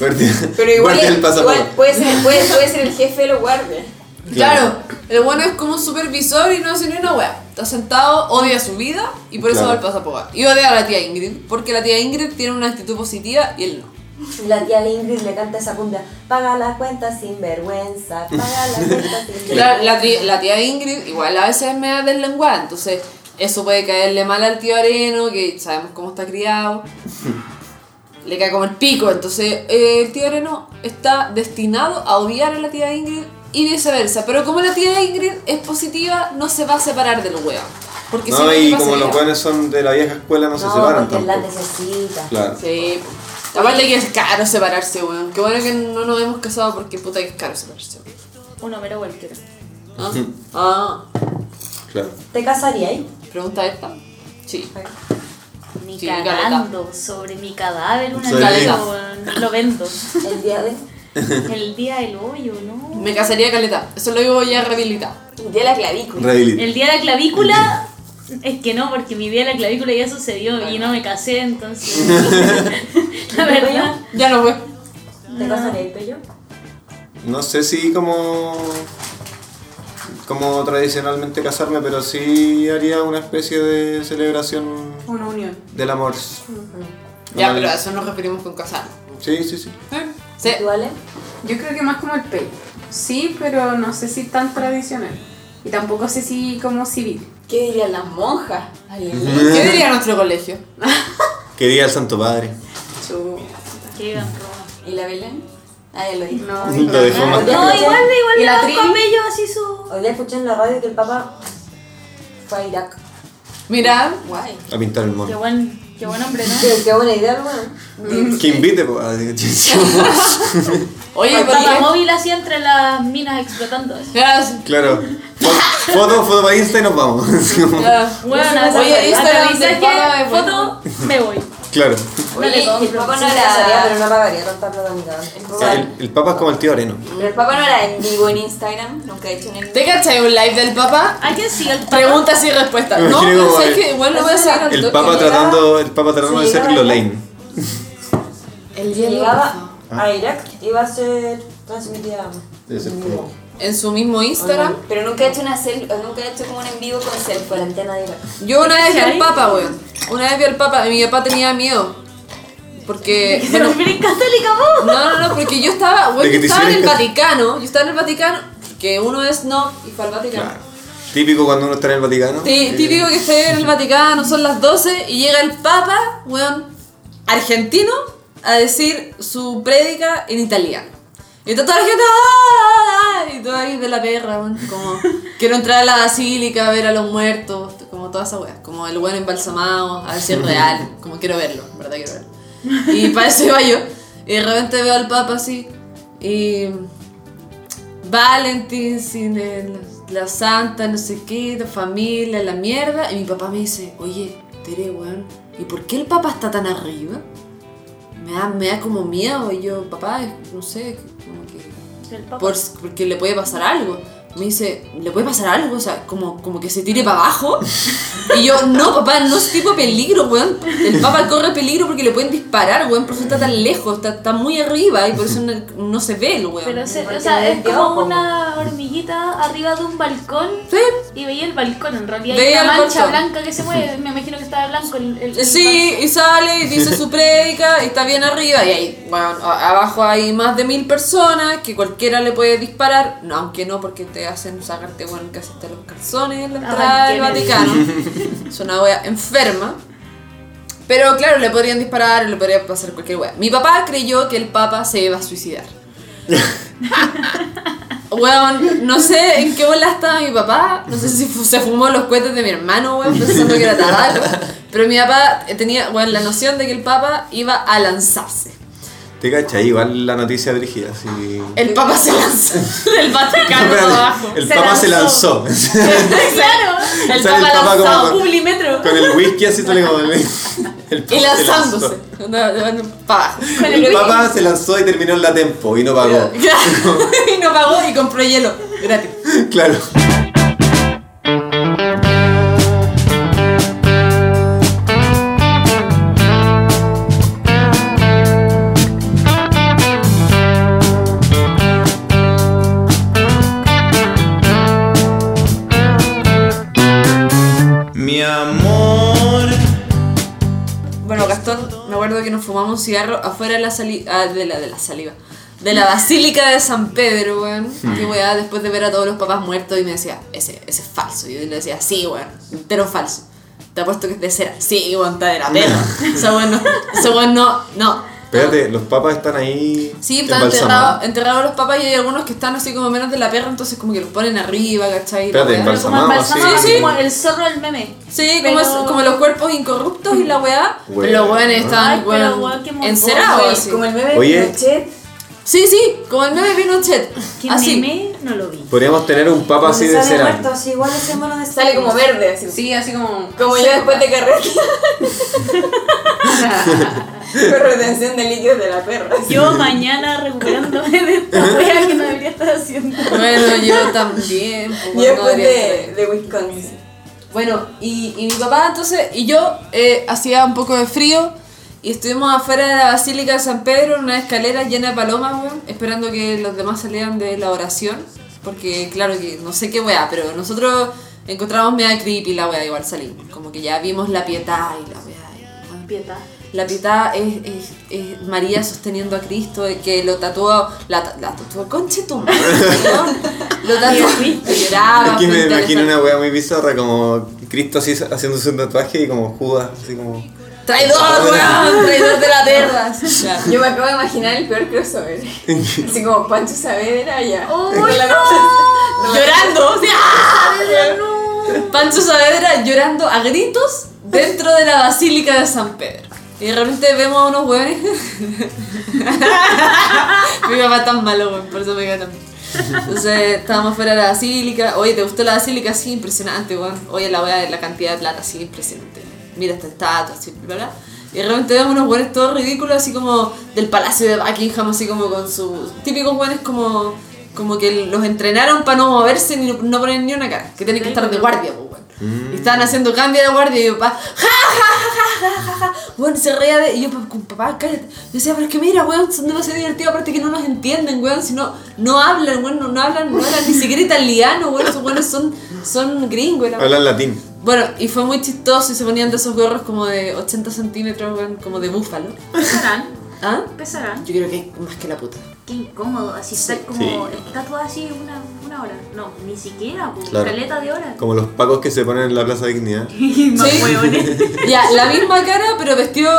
S3: Guardia-
S5: Pero igual,
S3: guardia
S5: es-
S3: del pasapoca.
S5: igual puede, ser, puede, puede ser el jefe de los guardias.
S4: Claro. el bueno es como un supervisor y no hace ni una wea. Está sentado, odia su vida y por eso
S3: Claro.
S4: va al pasapoga. Y odia a la tía Ingrid, porque la tía Ingrid tiene una actitud positiva y él no.
S7: La tía de Ingrid le canta esa cumbia. Paga la cuenta sin vergüenza. Paga la cuenta sin vergüenza.
S4: La, la tri- la tía Ingrid igual a veces es media deslenguada, entonces eso puede caerle mal al tío Areno, que sabemos cómo está criado. Le cae como el pico, entonces eh, el tío Areno está destinado a odiar a la tía Ingrid y viceversa. Pero como la tía Ingrid es positiva, no se va a separar del hueón. Porque
S3: No,
S4: siempre le
S3: y
S4: va a
S3: como los
S4: seguir.
S3: jóvenes son de la vieja escuela, no, se
S7: No,
S3: separan
S7: porque la
S3: tampoco.
S7: necesita.
S3: Claro.
S4: Sí. po. Aparte que es caro separarse, weón. Qué bueno que no nos hemos casado porque puta que es caro separarse. weón.
S1: Una mera cualquiera.
S4: Ah, ah.
S3: Claro.
S7: ¿Te casarías? eh?
S4: Pregunta esta. Sí.
S1: Ni
S4: Sí,
S1: cagando sobre mi cadáver una
S3: Sobre
S1: vez,
S4: mí.
S1: weón. Lo vendo.
S7: El día de.
S1: El día del hoyo, ¿no?
S4: Me casaría caleta. Eso lo digo ya rehabilitado.
S5: De la clavícula.
S3: Rehabilita.
S1: El día de la clavícula. Es que no, porque mi día de la clavícula ya sucedió y no me casé, entonces. la verdad.
S4: Ya no fue.
S7: ¿Te casarías, Pello?
S3: No sé si como. como tradicionalmente casarme, pero sí haría una especie de celebración
S8: Una unión.
S3: del amor.
S4: Ya,
S3: Una-
S4: pero a eso nos referimos con casar.
S3: Sí, sí, sí.
S4: Sí.
S7: ¿Tú, Ale?
S8: ¿Eh? Yo creo que más como el pelo. Sí, pero no sé si tan tradicional. Y tampoco sé si como civil.
S5: ¿Qué dirían las monjas?
S4: ¿Qué diría nuestro colegio?
S3: Quería el Santo Padre.
S8: Chu.
S1: Qué banco.
S5: ¿Y la Belén? Ah, ya lo dijo.
S8: No,
S3: Lo dejó más.
S1: No, igual, igual
S8: ¿Y
S1: le
S8: la
S1: damos
S8: tri?
S1: con bello así su.
S7: Hoy día escuché en la radio que el Papa fue a Irak.
S4: Mira,
S5: Guay.
S3: a pintar el
S1: Qué
S3: mono.
S1: buen, qué buen hombre, ¿no?
S7: Qué, qué buena idea, hermano.
S4: Mm,
S3: Que invite, po, a-
S4: oye, ¿por
S1: Papá
S4: qué?
S1: móvil así entre las minas explotando.
S4: Ya,
S3: Claro. Fo- Foto, foto para Insta y nos vamos. Así como-
S4: ya.
S1: Bueno, a
S4: Oye, Instagram del Papa
S1: que
S4: es bueno.
S1: foto, me voy.
S3: Claro.
S5: Oye,
S1: compro.
S5: el Papa no
S7: Sí, me casaría, pero
S5: era.
S7: no pagaría tanta plata ni cagando.
S5: El
S3: O
S5: Papa,
S3: sea, el, el Papa es como el tío Areno.
S5: pero el Papa no era en vivo en Instagram. Nunca he hecho un en
S4: ¿Te cachai un live del papá?
S1: ¿A quién sigue el Papa?
S4: Preguntas y respuestas.
S3: Me
S4: No,
S3: imagino
S4: pero
S3: como
S4: sabes
S3: el-
S4: que igual lo voy a hacer al
S3: El
S4: toque.
S3: Papa tratando, el papa tratando de
S7: Sí,
S3: ser
S7: no,
S3: Lolaine.
S4: El día del
S7: Llegaba
S3: Ah.
S7: a Irak y iba a ser transmitida.
S3: Debe ser como-
S4: En su mismo Instagram.
S5: Pero nunca he hecho una cel nunca he hecho como un en vivo con selfie.
S7: Cuarentena de Irak.
S4: Yo una vez vi al papá, weón. Una vez vi al papá. y Mi papá tenía miedo. Porque.
S1: Se
S4: bueno,
S1: refiere católica, vos.
S4: No, no, no, porque yo estaba, bueno,
S3: De que
S4: yo
S3: te
S4: estaba en el
S3: hicieran
S4: Vaticano, yo estaba en el Vaticano, que uno es no y fue al Vaticano.
S3: Claro. Típico cuando uno está en el Vaticano. Eh,
S4: Tí- Típico que esté en el Vaticano, son las 12 y llega el Papa, weón, argentino, a decir su prédica en italiano. Y está toda la gente, ¡ah! Y todo ahí de la perra, weón, como, quiero entrar a la basílica, ver a los muertos, como toda esa weá, como el weón embalsamado, a ver si es real, como quiero verlo, en verdad quiero verlo. Y para eso iba yo, y de repente veo al Papa así, y Valentín, cine, la, la santa, no sé qué, la familia, la mierda. Y mi papá me dice, oye, Tere, weón, ¿y por qué el papá está tan arriba? Me da, me da como miedo. Y yo, papá, es- no sé, como que...
S1: El Papa.
S4: por- porque le puede pasar algo. Me dice, ¿le puede pasar algo? O sea, como, como que se tire para abajo. Y yo, no, papá, no es tipo peligro, weón. El papá corre peligro porque le pueden disparar, weón, por eso está tan lejos, está, está muy arriba y por eso no, no se ve el weón.
S1: Pero se-
S7: Porque
S1: o sea, es
S7: me dio
S1: como
S7: ojo.
S1: una hormiguita arriba de un balcón.
S4: Sí,
S1: Y veía el balcón, en realidad
S4: Veía
S1: hay una
S4: el
S1: mancha
S4: balcón.
S1: blanca que se mueve. Me imagino que estaba blanco el. el- el
S4: eh, Sí, y sale y dice su prédica y está bien arriba y ahí, bueno, a- abajo hay más de mil personas que cualquiera le puede disparar, no, aunque no porque te hacen sacarte bueno casi hasta los calzones en la entrada
S1: Ay,
S4: del
S1: qué
S4: Vaticano. Es una wea enferma. Pero claro, le podrían disparar, le podría pasar cualquier wea. Mi papá creyó que el papa se iba a suicidar. Weón, no sé en qué bola estaba mi papá. No sé si fu- se fumó los cohetes de mi hermano, weón, pensando que era tarado. Pero mi papá eh, tenía, weón, la noción de que el papa iba a lanzarse.
S3: Te cacha, igual la noticia dirigida. Así...
S4: El papa se lanzó del Vaticano para abajo.
S3: el
S1: Se
S3: Papa se lanzó.
S1: lanzó.
S4: Claro.
S1: balcón.
S4: El
S3: Sale
S4: papa
S3: el Papa
S4: lanzado
S3: como-
S4: un milimetro.
S3: Con el whisky así sale como. El
S4: Y
S3: Papa se
S4: lanzándose.
S3: lanzó.
S4: Onda, de- de- pa.
S3: El Papa se lanzó y terminó en la tempo y no pagó.
S4: y no pagó y compró hielo. Gratis.
S3: Claro. Mi amor.
S4: Bueno, Gastón, me acuerdo que nos fumamos un cigarro afuera de la sali- ah, de la, de la saliva. De la Basílica de San Pedro, weón. Que weá, después de ver a todos los papás muertos y me decía, ese, ese es falso. Y yo le decía, sí, weón, entero falso. Te apuesto que es de cera. Sí, weón, está de la perra. Ese weón no, ese weón no, no.
S3: Espérate, los papas están ahí.
S4: Sí, están enterrados,
S3: embalsamados.
S4: enterrados los papás y hay algunos que están así como menos de la perra, entonces como que los ponen arriba, ¿cachai? La
S3: Espérate,
S4: weá.
S3: embalsamados.
S1: Como embalsamado,
S4: Sí, sí.
S1: como el zorro del meme.
S4: Sí,
S1: Pero-
S4: como, es- como los cuerpos incorruptos y la weá.
S3: Weón.
S4: Los weones
S1: Ay,
S4: están,
S1: pero weón,
S4: weón,
S1: qué morboso,
S4: encerados.
S1: weón,
S4: así.
S5: Como el meme
S3: Oye.
S5: de Pinochet.
S4: Sí, sí, como el meme Pinochet.
S1: Que
S4: Así.
S1: meme no lo vi.
S3: Podríamos tener un papa así de
S7: sale
S3: cera.
S7: muerto, así igual ese mono de
S5: Sale como verde, así.
S8: Sí, así como.
S5: Como yo después de carrete. Con retención de líquidos de la perra.
S1: Yo mañana recuperándome de esta wea que no debería estar haciendo.
S4: Bueno, yo también. pues,
S5: Yo
S4: bueno,
S5: después
S4: debería estar
S5: de,
S4: ahí.
S5: de Wisconsin.
S4: Bueno, y, y mi papá entonces, y yo eh, hacía un poco de frío y estuvimos afuera de la Basílica de San Pedro en una escalera llena de palomas, weón, esperando que los demás salieran de la oración. Porque claro que no sé qué weá, pero nosotros encontramos media creepy la weá, igual salimos. Como que ya vimos la pietad y la weá. y, weón,
S1: Pietad.
S4: La pietad es, es- es María sosteniendo a Cristo, eh, que lo tatuó, la, ta- la tatuó, conche tu madre, weón. Lo tatuó, lloraba.
S3: Es que me
S4: frente al
S3: imagino
S4: altar.
S3: una wea muy bizarra como Cristo así haciéndose un tatuaje y como Judas, así como.
S4: ¡Traidor, weón! ¡Traidor de la tierra!
S5: Yo me acabo de imaginar el peor crossover. Así como Pancho Saavedra ya.
S4: ¡Llorando! o sea, ¡ah! Pancho Saavedra llorando a gritos dentro de la Basílica de San Pedro. Y de repente vemos a unos hueones. Mi papá tan malo, weón, por eso me cae tan mal. Entonces estábamos fuera de la basílica. Oye, ¿te gustó la basílica? Sí, impresionante, weón. Oye, la weá de la cantidad de plata, sí, impresionante. Mira esta estatua, así, bla, bla. Y de repente vemos unos hueones todos ridículos, así como del palacio de Buckingham, así como con sus típicos hueones como, como que los entrenaron para no moverse ni no poner ni una cara. Que tienen que estar de guardia, pues, weón. Y estaban haciendo cambio de guardia y mi papá, ¡ja, ja, ja, ja, ja, ja, ja! Bueno, se reía de... Y yo, "Papá, papá, cállate. Yo decía, pero es que mira, weón, son demasiado divertidos, aparte que no nos entienden, weón, si no, no hablan, weón, no, no hablan, no hablan ni siquiera italiano, weón, esos weones son, son gringos. la
S3: Hablan latín.
S4: bueno, y fue muy chistoso y se ponían de esos gorros como de 80 centímetros, weón, como de búfalo.
S1: Pesarán,
S4: ¿Ah?
S1: pesarán.
S4: Yo creo que es más que la puta.
S1: Qué incómodo, así estar como estatuas así una, una hora. No, ni siquiera, pues,
S3: Claro.
S1: caleta de horas.
S3: Como los pacos que se ponen en la Plaza Dignidad.
S1: Y más
S4: Sí.
S1: hueones.
S4: Ya, la misma cara, pero vestido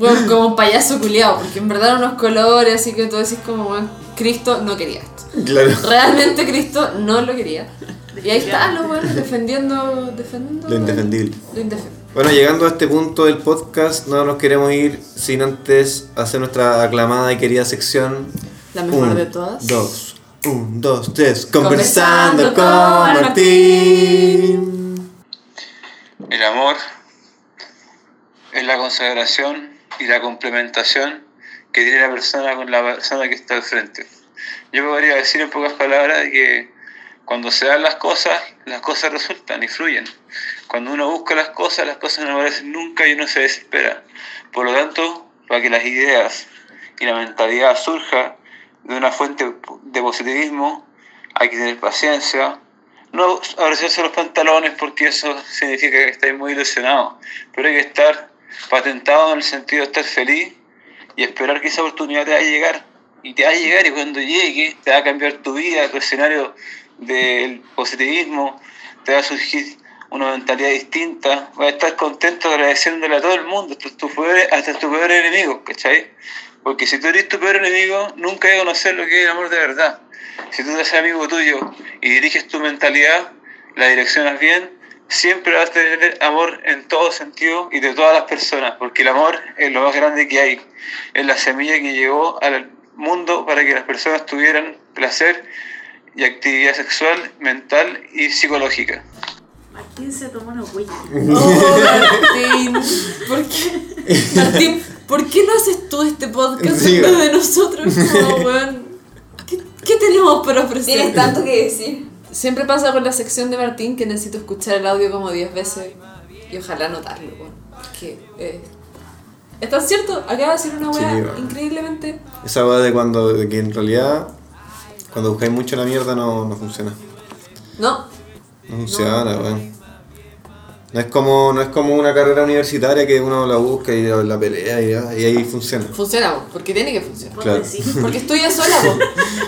S4: weón, como un payaso culiado, porque en verdad eran unos colores, así que tú decís como, weón, Cristo no quería esto.
S3: Claro.
S4: Realmente Cristo no lo quería. Y ahí están los weones defendiendo, defendiendo
S3: Lo indefendible.
S4: Lo indefendible.
S3: Bueno, llegando a este punto del podcast, no nos queremos ir sin antes hacer nuestra aclamada y querida sección.
S4: La mejor
S3: Un,
S4: de todas.
S3: Dos, un, dos, tres.
S4: Conversando
S3: Conversando,
S4: con
S3: con Martín.
S10: El amor es la consagración y la complementación que tiene la persona con la persona que está al frente. Yo podría decir en pocas palabras de que cuando se dan las cosas, las cosas resultan y fluyen. Cuando uno busca las cosas, las cosas no aparecen nunca y uno se desespera. Por lo tanto, para que las ideas y la mentalidad surja de una fuente de positivismo, hay que tener paciencia, no abrochar los pantalones porque eso significa que estáis muy ilusionados, pero hay que estar patentado en el sentido de estar feliz y esperar que esa oportunidad te va a llegar. Y te va a llegar y cuando llegue te va a cambiar tu vida, tu escenario del positivismo, te va a surgir una mentalidad distinta, vas a estar contento agradeciéndole a todo el mundo, hasta tu peor, hasta tu peor enemigo, ¿cachai? Porque si tú eres tu peor enemigo, nunca vas a conocer lo que es el amor de verdad. Si tú eres amigo tuyo y diriges tu mentalidad, la direccionas bien, siempre vas a tener amor en todo sentido y de todas las personas, porque el amor es lo más grande que hay. Es la semilla que llegó al mundo para que las personas tuvieran placer y actividad sexual, mental y psicológica.
S8: ¿Quién se tomó los güeyes?
S4: Oh, Martín, ¿por qué? Martín, ¿por qué no haces tú este podcast
S3: Sí.
S4: en vez de nosotros? Como, weón, ¿qué, qué tenemos para ofrecer?
S5: Tienes tanto que decir.
S4: Siempre pasa con la sección de Martín que necesito escuchar el audio como 10 veces y ojalá notarlo, weón. Porque, eh, ¿es tan cierto? Acaba de decir una
S3: Sí,
S4: weá
S3: weón.
S4: increíblemente.
S3: Esa hueá de cuando de que en realidad cuando buscáis mucho la mierda no, no funciona.
S4: No,
S3: No funciona, weón. No es como, no es como una carrera universitaria que uno la busca y la, la pelea y, ya, y ahí funciona.
S4: funciona, weón, porque tiene que funcionar.
S3: Claro.
S4: Porque estudia sola, weón.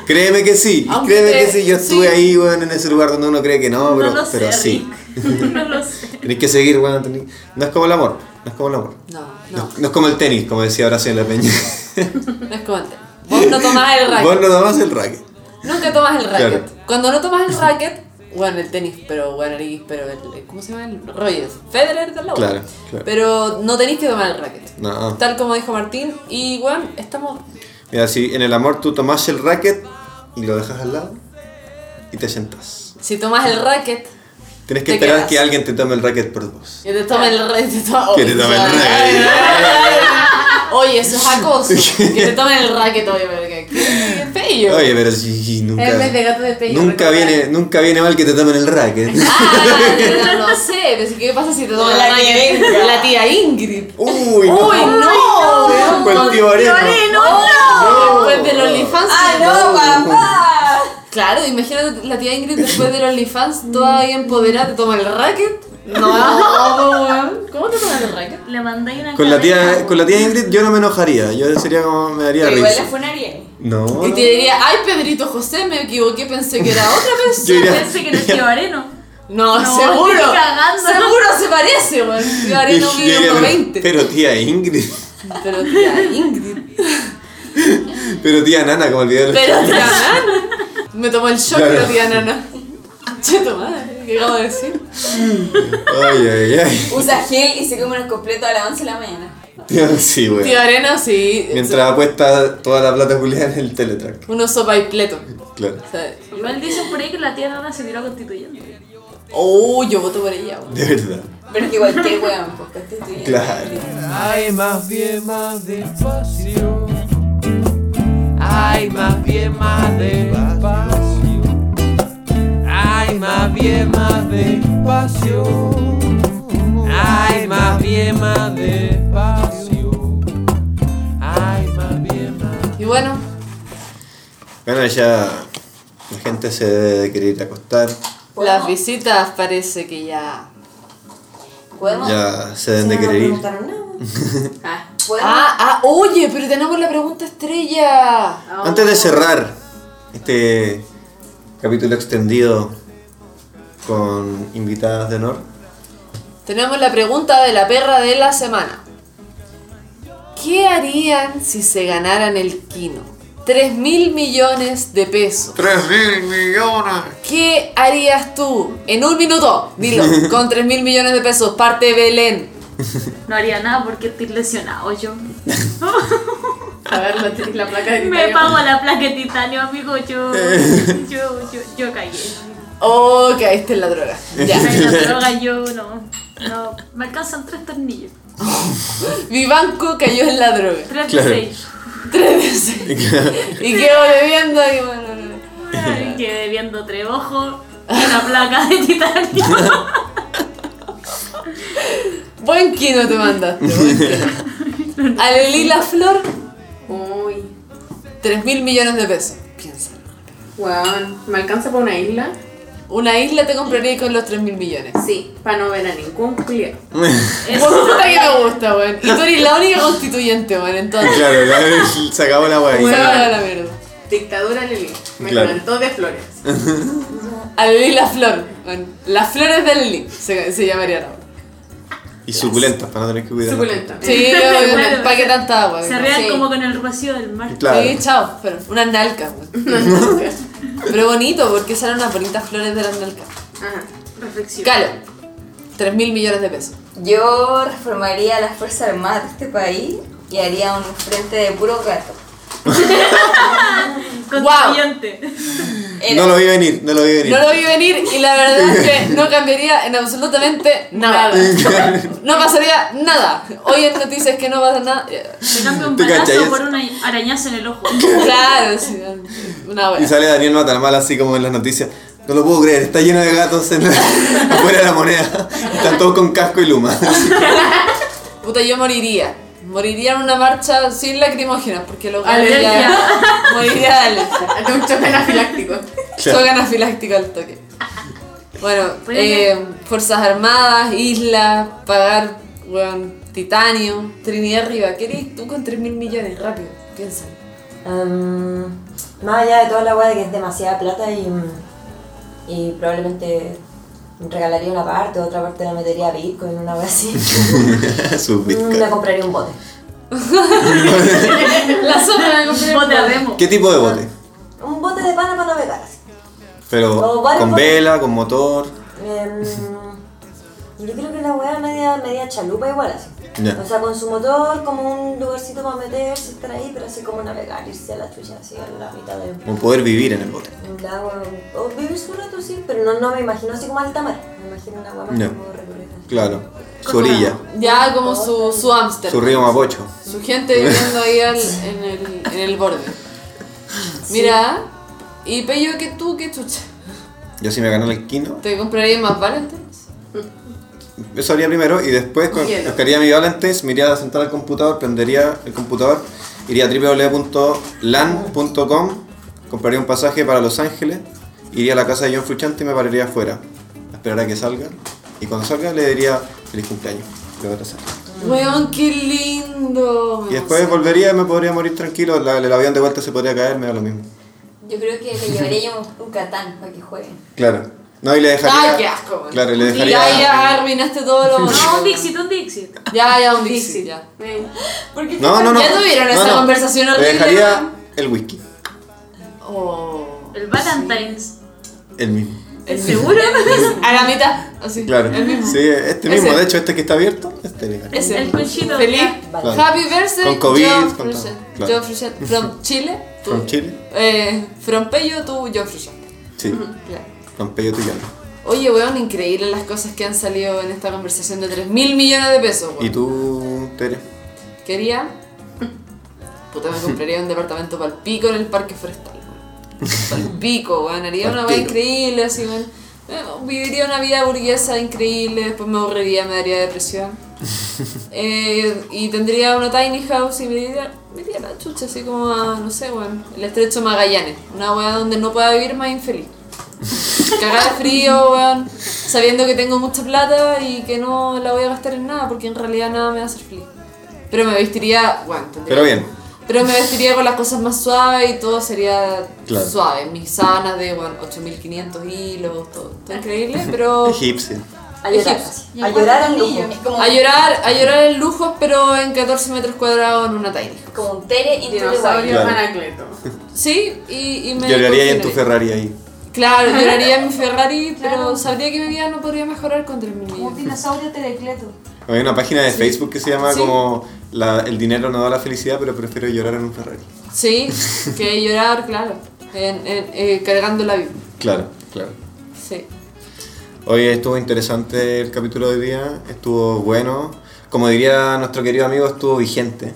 S3: Créeme que sí,
S4: Aunque
S3: créeme que
S4: te-
S3: sí, yo estuve
S4: sí.
S3: ahí, weón, en ese lugar donde uno cree que no, pero,
S1: no lo sé,
S3: pero sí.
S1: Rick. No lo sé.
S3: Tenéis que seguir, weón. tenéis- No es como el amor, no es como el amor.
S4: No,
S3: No,
S4: no,
S3: es- no es como el tenis, como decía Horacio en la peña.
S4: no es como antes. Vos no tomás el racket.
S3: Vos no tomás el racket.
S4: Nunca tomas el racket.
S3: Claro.
S4: Cuando no tomas el racket, bueno, el tenis, pero bueno, el- pero el, eh, ¿cómo se llama? El Rogers. Federer de la U.
S3: Claro, claro.
S4: Pero no tenéis que tomar el racket.
S3: No.
S4: Tal como dijo Martín, y bueno, estamos.
S3: Mira, si en el amor tú tomás el racket y lo dejas al lado y te sentás.
S4: Si tomas el racket,
S3: Tienes que
S4: Te
S3: esperar
S4: quedas.
S3: que alguien te tome el racket por vos.
S4: que te tome el racket. Te toma-
S3: Que te tome el
S4: Oye, Oye, eso es acoso. que te tomen el racket, oye, verga. Qué feo.
S3: Oye, pero si si nunca.
S8: En vez de gato de pello.
S3: Nunca
S8: recordar.
S3: viene, nunca viene mal que te tomen el racket.
S4: Ah, no sé, pero si- ¿qué pasa si te toman el
S7: La tía
S4: racket?
S7: Ingrid.
S4: La tía Ingrid.
S3: Uy, no.
S4: ¡Uy, no!
S3: Vean, pues, el tío Areno.
S4: ¡No! Después del OnlyFans.
S5: ¡Ah,
S4: sí,
S5: no, papá!
S4: Claro, imagínate la tía Ingrid después del OnlyFans, toda ahí empoderada, te toma el racket. No, weón. ¿Cómo te toman el racket?
S1: Le mandáis una
S3: Con la tía,
S1: cadena.
S3: con la tía Ingrid yo no me enojaría, yo sería como me daría
S5: Pero igual la
S3: risa.
S5: funaría.
S3: No.
S4: Y
S3: no.
S4: te diría, ay, Pedrito José, me equivoqué, pensé que era otra
S3: Yo
S4: persona.
S3: iría-
S1: Pensé que era el tío Areno.
S4: No,
S1: No,
S4: seguro.
S1: ni cagando.
S4: Seguro se parece, weón. Yo haré no
S3: Yo
S4: mide
S3: diría, pero-
S4: 1,20.
S3: Pero tía Ingrid,
S4: Pero tía Ingrid.
S3: pero tía Nana, como el video de los
S4: Pero tía Nana. Me tomó el shock,
S3: Claro.
S4: pero tía Nana. Cheto madre, ¿qué acabo de decir?
S3: Ay, ay, ay.
S5: Usa gel y se come unos completos a las 11 de la mañana.
S3: Tío, sí, güey.
S4: Tío Arena, sí.
S3: Mientras apuesta toda la plata Julián en el Teletrack.
S4: Uno sopa y pleto.
S3: Claro.
S4: O sea,
S1: Igual dicen por ahí que la tía Nana se tiró a constituyente.
S4: oh, yo voto por ella. weón.
S3: De verdad.
S5: Pero es que igual qué weón, pues constituyente.
S3: Claro.
S2: Ay, más bien, más despacio. Ay, más bien, más despacio. Ay, más bien, más despacio. Ay, más bien, más despacio. Ay, más bien, más.
S4: Y bueno,
S3: Bueno, ya la gente se debe de querer ir a acostar.
S4: las visitas parece que ya.
S5: ¿Podemos?
S3: Ya se
S7: Si
S3: deben
S7: no
S3: de
S7: nos
S3: querer ir.
S7: preguntaron nada.
S8: Ah,
S5: ¿Podemos?
S4: Ah, ah, oye, pero tenemos la pregunta estrella.
S3: Antes de cerrar este capítulo extendido con invitadas de honor.
S4: Tenemos la pregunta de la perra de la semana. ¿Qué harían si se ganaran el Kino? 3 mil millones de pesos.
S3: ¡Tres mil millones!
S4: ¿Qué harías tú en un minuto? Dilo, con 3 mil millones de pesos, parte Belén.
S1: No haría nada porque estoy lesionado yo.
S8: A ver, la, la placa de
S1: Me
S8: titanio.
S1: pago la placa de titanio, amigo. Yo,
S8: Eh.
S1: yo, yo, yo caí.
S4: Oh, caíste en la droga. Ya.
S1: Me la droga, yo no. No, me alcanzan tres tornillos.
S4: Mi banco cayó en la droga.
S1: Tres
S3: Claro.
S1: de seis.
S4: Tres veces. Y quedo bebiendo y bueno. no, no.
S1: Ay, Quedé viendo tres ojos. Una placa de titanio.
S4: Buen kino te mandaste. Buen kino. A Lelí la flor,
S8: Uy,
S4: 3 mil millones de pesos. Piensa.
S8: weón. ¿Me alcanza para una isla?
S4: Una isla te compraría con los 3 mil millones.
S8: Sí, para no ver a ningún culiao.
S4: Por puta que me gusta, weón. Y tú eres la única constituyente, weón. Entonces,
S3: Claro, claro, se acabó la
S4: se
S3: guay.
S4: va a la mierda.
S8: Dictadura Lili. Me
S3: Claro.
S8: plantó de flores.
S4: A Lelí la flor, weón. Las flores de Lelí se, se llamaría ahora.
S3: Y suculentas, para no tener que cuidar.
S8: Suculenta.
S4: Sí, ¿para qué tanta agua?
S1: Se rían
S4: Sí.
S1: como con el vacío del mar.
S3: Claro.
S4: Sí, chao. Pero una nalca, weón. Pero bonito, porque salen unas bonitas flores de las nalcas.
S8: Ajá, reflexión.
S4: Calo, 3 mil millones de pesos.
S5: Yo reformaría las Fuerzas Armadas de este país y haría un frente de puro gato.
S1: Constituyente.
S3: No lo vi venir, no lo vi venir.
S4: No lo vi venir y la verdad es que no cambiaría en absolutamente nada. No pasaría nada. Hoy en noticias que no pasa nada.
S1: Te cambio un
S3: ¿Te cachai?
S1: balazo por una arañazo en el ojo.
S4: Claro, sí, una
S3: Y
S4: wea.
S3: sale Daniel Matamal así como en las noticias. No lo puedo creer, está lleno de gatos en la- afuera de la moneda. Están todos con casco y luma.
S4: Puta, yo moriría. Moriría en una marcha sin lacrimógenas porque lo
S8: Alergia.
S4: Moriría de alergia.
S8: Hazte un choque anafiláctico.
S3: Claro.
S4: Soy anafiláctica al toque. Bueno,
S1: Bueno,
S4: eh, Fuerzas Armadas, Islas, pagar, weón, titanio, Trinidad arriba. ¿Qué eres tú con 3 mil millones? Rápido, piénsalo.
S7: Em, más allá de toda la weá de que es demasiada plata y, y probablemente regalaría una parte, otra parte la metería a Bitcoin, una weá así.
S3: Sus
S7: Mm, Me
S3: bizcas.
S7: compraría un bote.
S4: La zona de
S1: Bote a
S4: comprar.
S1: remo.
S3: ¿Qué tipo de bote?
S7: Un bote de pana para navegar. así.
S3: Pero
S7: O varios
S3: con
S7: botes.
S3: vela, con motor.
S7: Em, yo creo que la weá media, media chalupa igual así.
S3: Ya.
S7: O sea, con su motor, como un lugarcito para meterse, estar ahí, pero así como navegar, irse a la chucha, así a la mitad de
S3: Como poder vivir en el bote.
S7: un lago. O vivir su rato, sí, pero no, no me imagino así como alta mar. Me imagino una weá más
S3: Ya.
S7: como recorrida.
S3: Claro. Su orilla.
S4: Ya como su, su Amsterdam.
S3: Su río Mapocho.
S4: Su gente viviendo ahí al- en, el, en el borde. Mira, y Pello, que tú, que chucha.
S3: Yo si me ganara el quino,
S4: ¿Te comprarías más Valentine's?
S3: eso haría primero y después con-
S8: Hielo.
S3: buscaría mi Valentine's, me iría a sentar al computador, prendería el computador, iría a www.lan.com, compraría un pasaje para Los Ángeles, iría a la casa de John Fruchante y me pararía afuera, a esperar a que salga y cuando salga le diría feliz cumpleaños. le abrazaría.
S1: Ah.
S4: Weón, qué lindo.
S3: Y después volvería y me podría morir tranquilo, la- el avión de vuelta se podría caer, me da lo mismo.
S5: Yo creo que le llevaría yo un, un catán para que jueguen.
S3: Claro. No, y le dejaría...
S4: Ay, qué asco. weón.
S3: Claro, y le dejaría...
S4: Ya, ya, arruinaste todo lo bonito.
S1: No, un Dixit, un Dixit.
S4: Ya, ya, un Dixie, ya.
S8: Eh,
S3: No, no, no.
S4: ¿Ya tuvieron
S3: No,
S4: esa
S3: no.
S4: conversación
S3: Le
S4: horrible?
S3: dejaría el whisky,
S4: Oh.
S1: El Valentine's.
S3: el mismo.
S1: ¿El seguro?
S4: A la mitad, así.
S3: Claro.
S4: El mismo.
S3: Sí, este mismo.
S4: Ese.
S3: De hecho, este que está abierto, este mismo.
S4: Ese.
S1: El cuchillo.
S4: Feliz.
S7: Vale.
S3: Claro.
S4: Happy birthday.
S3: Con COVID,
S4: John
S3: con todo.
S4: Frusciante.
S3: Claro.
S4: John Frusciante. From Chile. tú.
S3: From Chile.
S4: Eh, from Pello, tú, John Frusciante.
S3: Sí,
S4: Claro.
S3: con Pello Tuyano.
S4: Oye, weón, increíble las cosas que han salido en esta conversación de 3 mil millones de pesos, weón.
S3: ¿Y tú, Tere?
S4: Quería. Puta, me compraría un departamento para el pico en el parque forestal, Para el pico, weón. Haría una vida
S3: Palpico.
S4: increíble, así, weón. Eh, Viviría una vida burguesa increíble, después me aburriría, me daría depresión. Eh, y tendría una tiny house y me diría, me diría la chucha, así como a, no sé, weón, el estrecho Magallanes. Una weá donde no pueda vivir más infeliz. Cagada de frío, weón. Sabiendo que tengo mucha plata y que no la voy a gastar en nada, porque en realidad nada me va a hacer feliz. Pero me vestiría, bueno, tendría-
S3: Pero bien.
S4: Pero me vestiría con las cosas más suaves y todo sería
S3: Claro.
S4: suave. Mis sábanas de, bueno, 8500 hilos, todo, todo increíble, pero...
S3: Egipcio.
S7: A llorar.
S1: Y
S7: A
S1: encuentro
S7: llorar al
S5: anillo.
S7: lujo.
S5: Es como,
S4: A llorar, a llorar en lujos, pero en 14 metros cuadrados en una tiny.
S5: como un Tere y tú
S8: Este Dinosaurio
S3: Claro.
S8: Anacleto.
S4: Sí, y, y me...
S3: Lloraría ahí en tu
S4: confinaría.
S3: Ferrari ahí.
S4: Claro, lloraría en mi Ferrari, pero sabría que mi vida no podría mejorar con 3.000
S7: Un
S4: millones.
S7: dinosaurio telecleto.
S3: Hay una página de Facebook que se llama
S4: Sí.
S3: como la- El dinero no da la felicidad, pero prefiero llorar en un Ferrari.
S4: Sí, que llorar, claro, en, en- eh, cargando la vida.
S3: Claro, claro.
S4: Sí.
S3: Hoy estuvo interesante el capítulo de hoy día, estuvo bueno. Como diría nuestro querido amigo, estuvo vigente.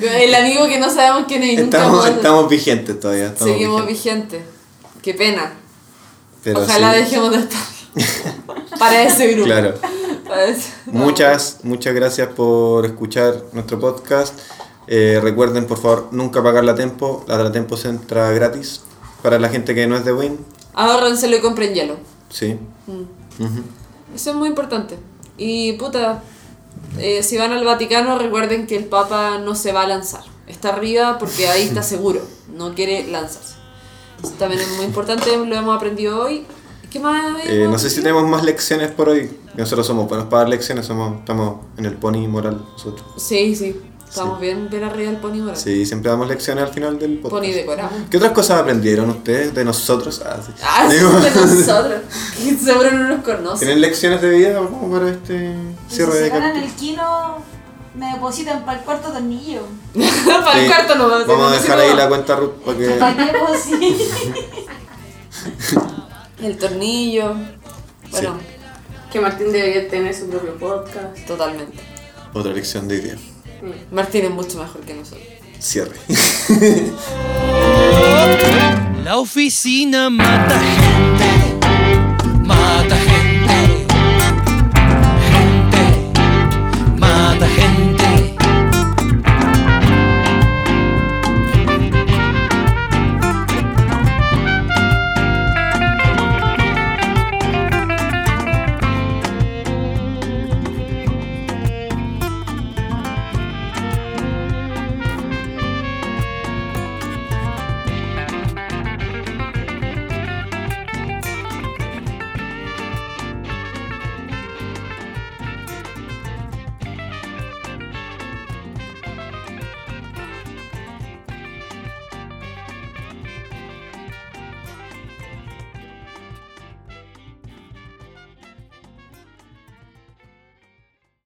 S4: El amigo que no sabemos quién es y nunca
S3: Estamos,
S4: vamos a-
S3: estamos vigentes todavía. Estamos
S4: Seguimos
S3: vigentes.
S4: vigentes. Qué pena.
S3: Pero
S4: Ojalá
S3: sí,
S4: dejemos de estar. Para ese grupo.
S3: Claro.
S4: Para ese-
S3: Muchas, muchas gracias por escuchar nuestro podcast. Eh, recuerden, por favor, nunca pagar la Tempo. La de la Tempo se entra gratis para la gente que no es de Win.
S4: Ahórrenselo y compren hielo.
S3: Sí.
S4: Mm.
S3: Ujú.
S4: Eso es muy importante. Y puta, eh, si van al Vaticano, recuerden que el Papa no se va a lanzar. Está arriba porque ahí está seguro. No quiere lanzarse. Eso también es muy importante, lo hemos aprendido hoy. ¿Qué más?
S3: Eh, no
S4: hemos
S3: sé si
S4: aprendido?
S3: tenemos más lecciones por hoy. Nosotros somos buenos para dar lecciones, somos, estamos en el pony moral nosotros.
S4: Sí, sí. Estamos bien, bien arriba del pony ahora.
S3: Sí, siempre damos lecciones al final del podcast.
S4: Ah. Pony decorado.
S3: ¿Qué otras cosas aprendieron ustedes de nosotros? Ah, sí.
S4: Ah, sí,
S3: Digo,
S4: de nosotros. Que seguro no nos conoce.
S3: ¿Tienen lecciones de vida como para este
S7: Si
S3: cierre
S7: se
S3: de
S7: ganan
S3: capítulo?
S7: el kino,
S1: me depositan para el cuarto tornillo.
S4: Para el
S3: Sí,
S4: cuarto no vamos a
S3: Vamos a
S4: hacer,
S3: dejar
S4: no,
S3: ahí
S4: no.
S3: la cuenta Ruth para que.
S1: ¿Para qué pues, deposito?
S4: El tornillo. Bueno,
S8: Que Martín debería tener su propio podcast.
S4: totalmente.
S3: Otra lección de idea.
S4: Martín es mucho mejor que nosotros.
S3: Cierre.
S6: La oficina mata gente.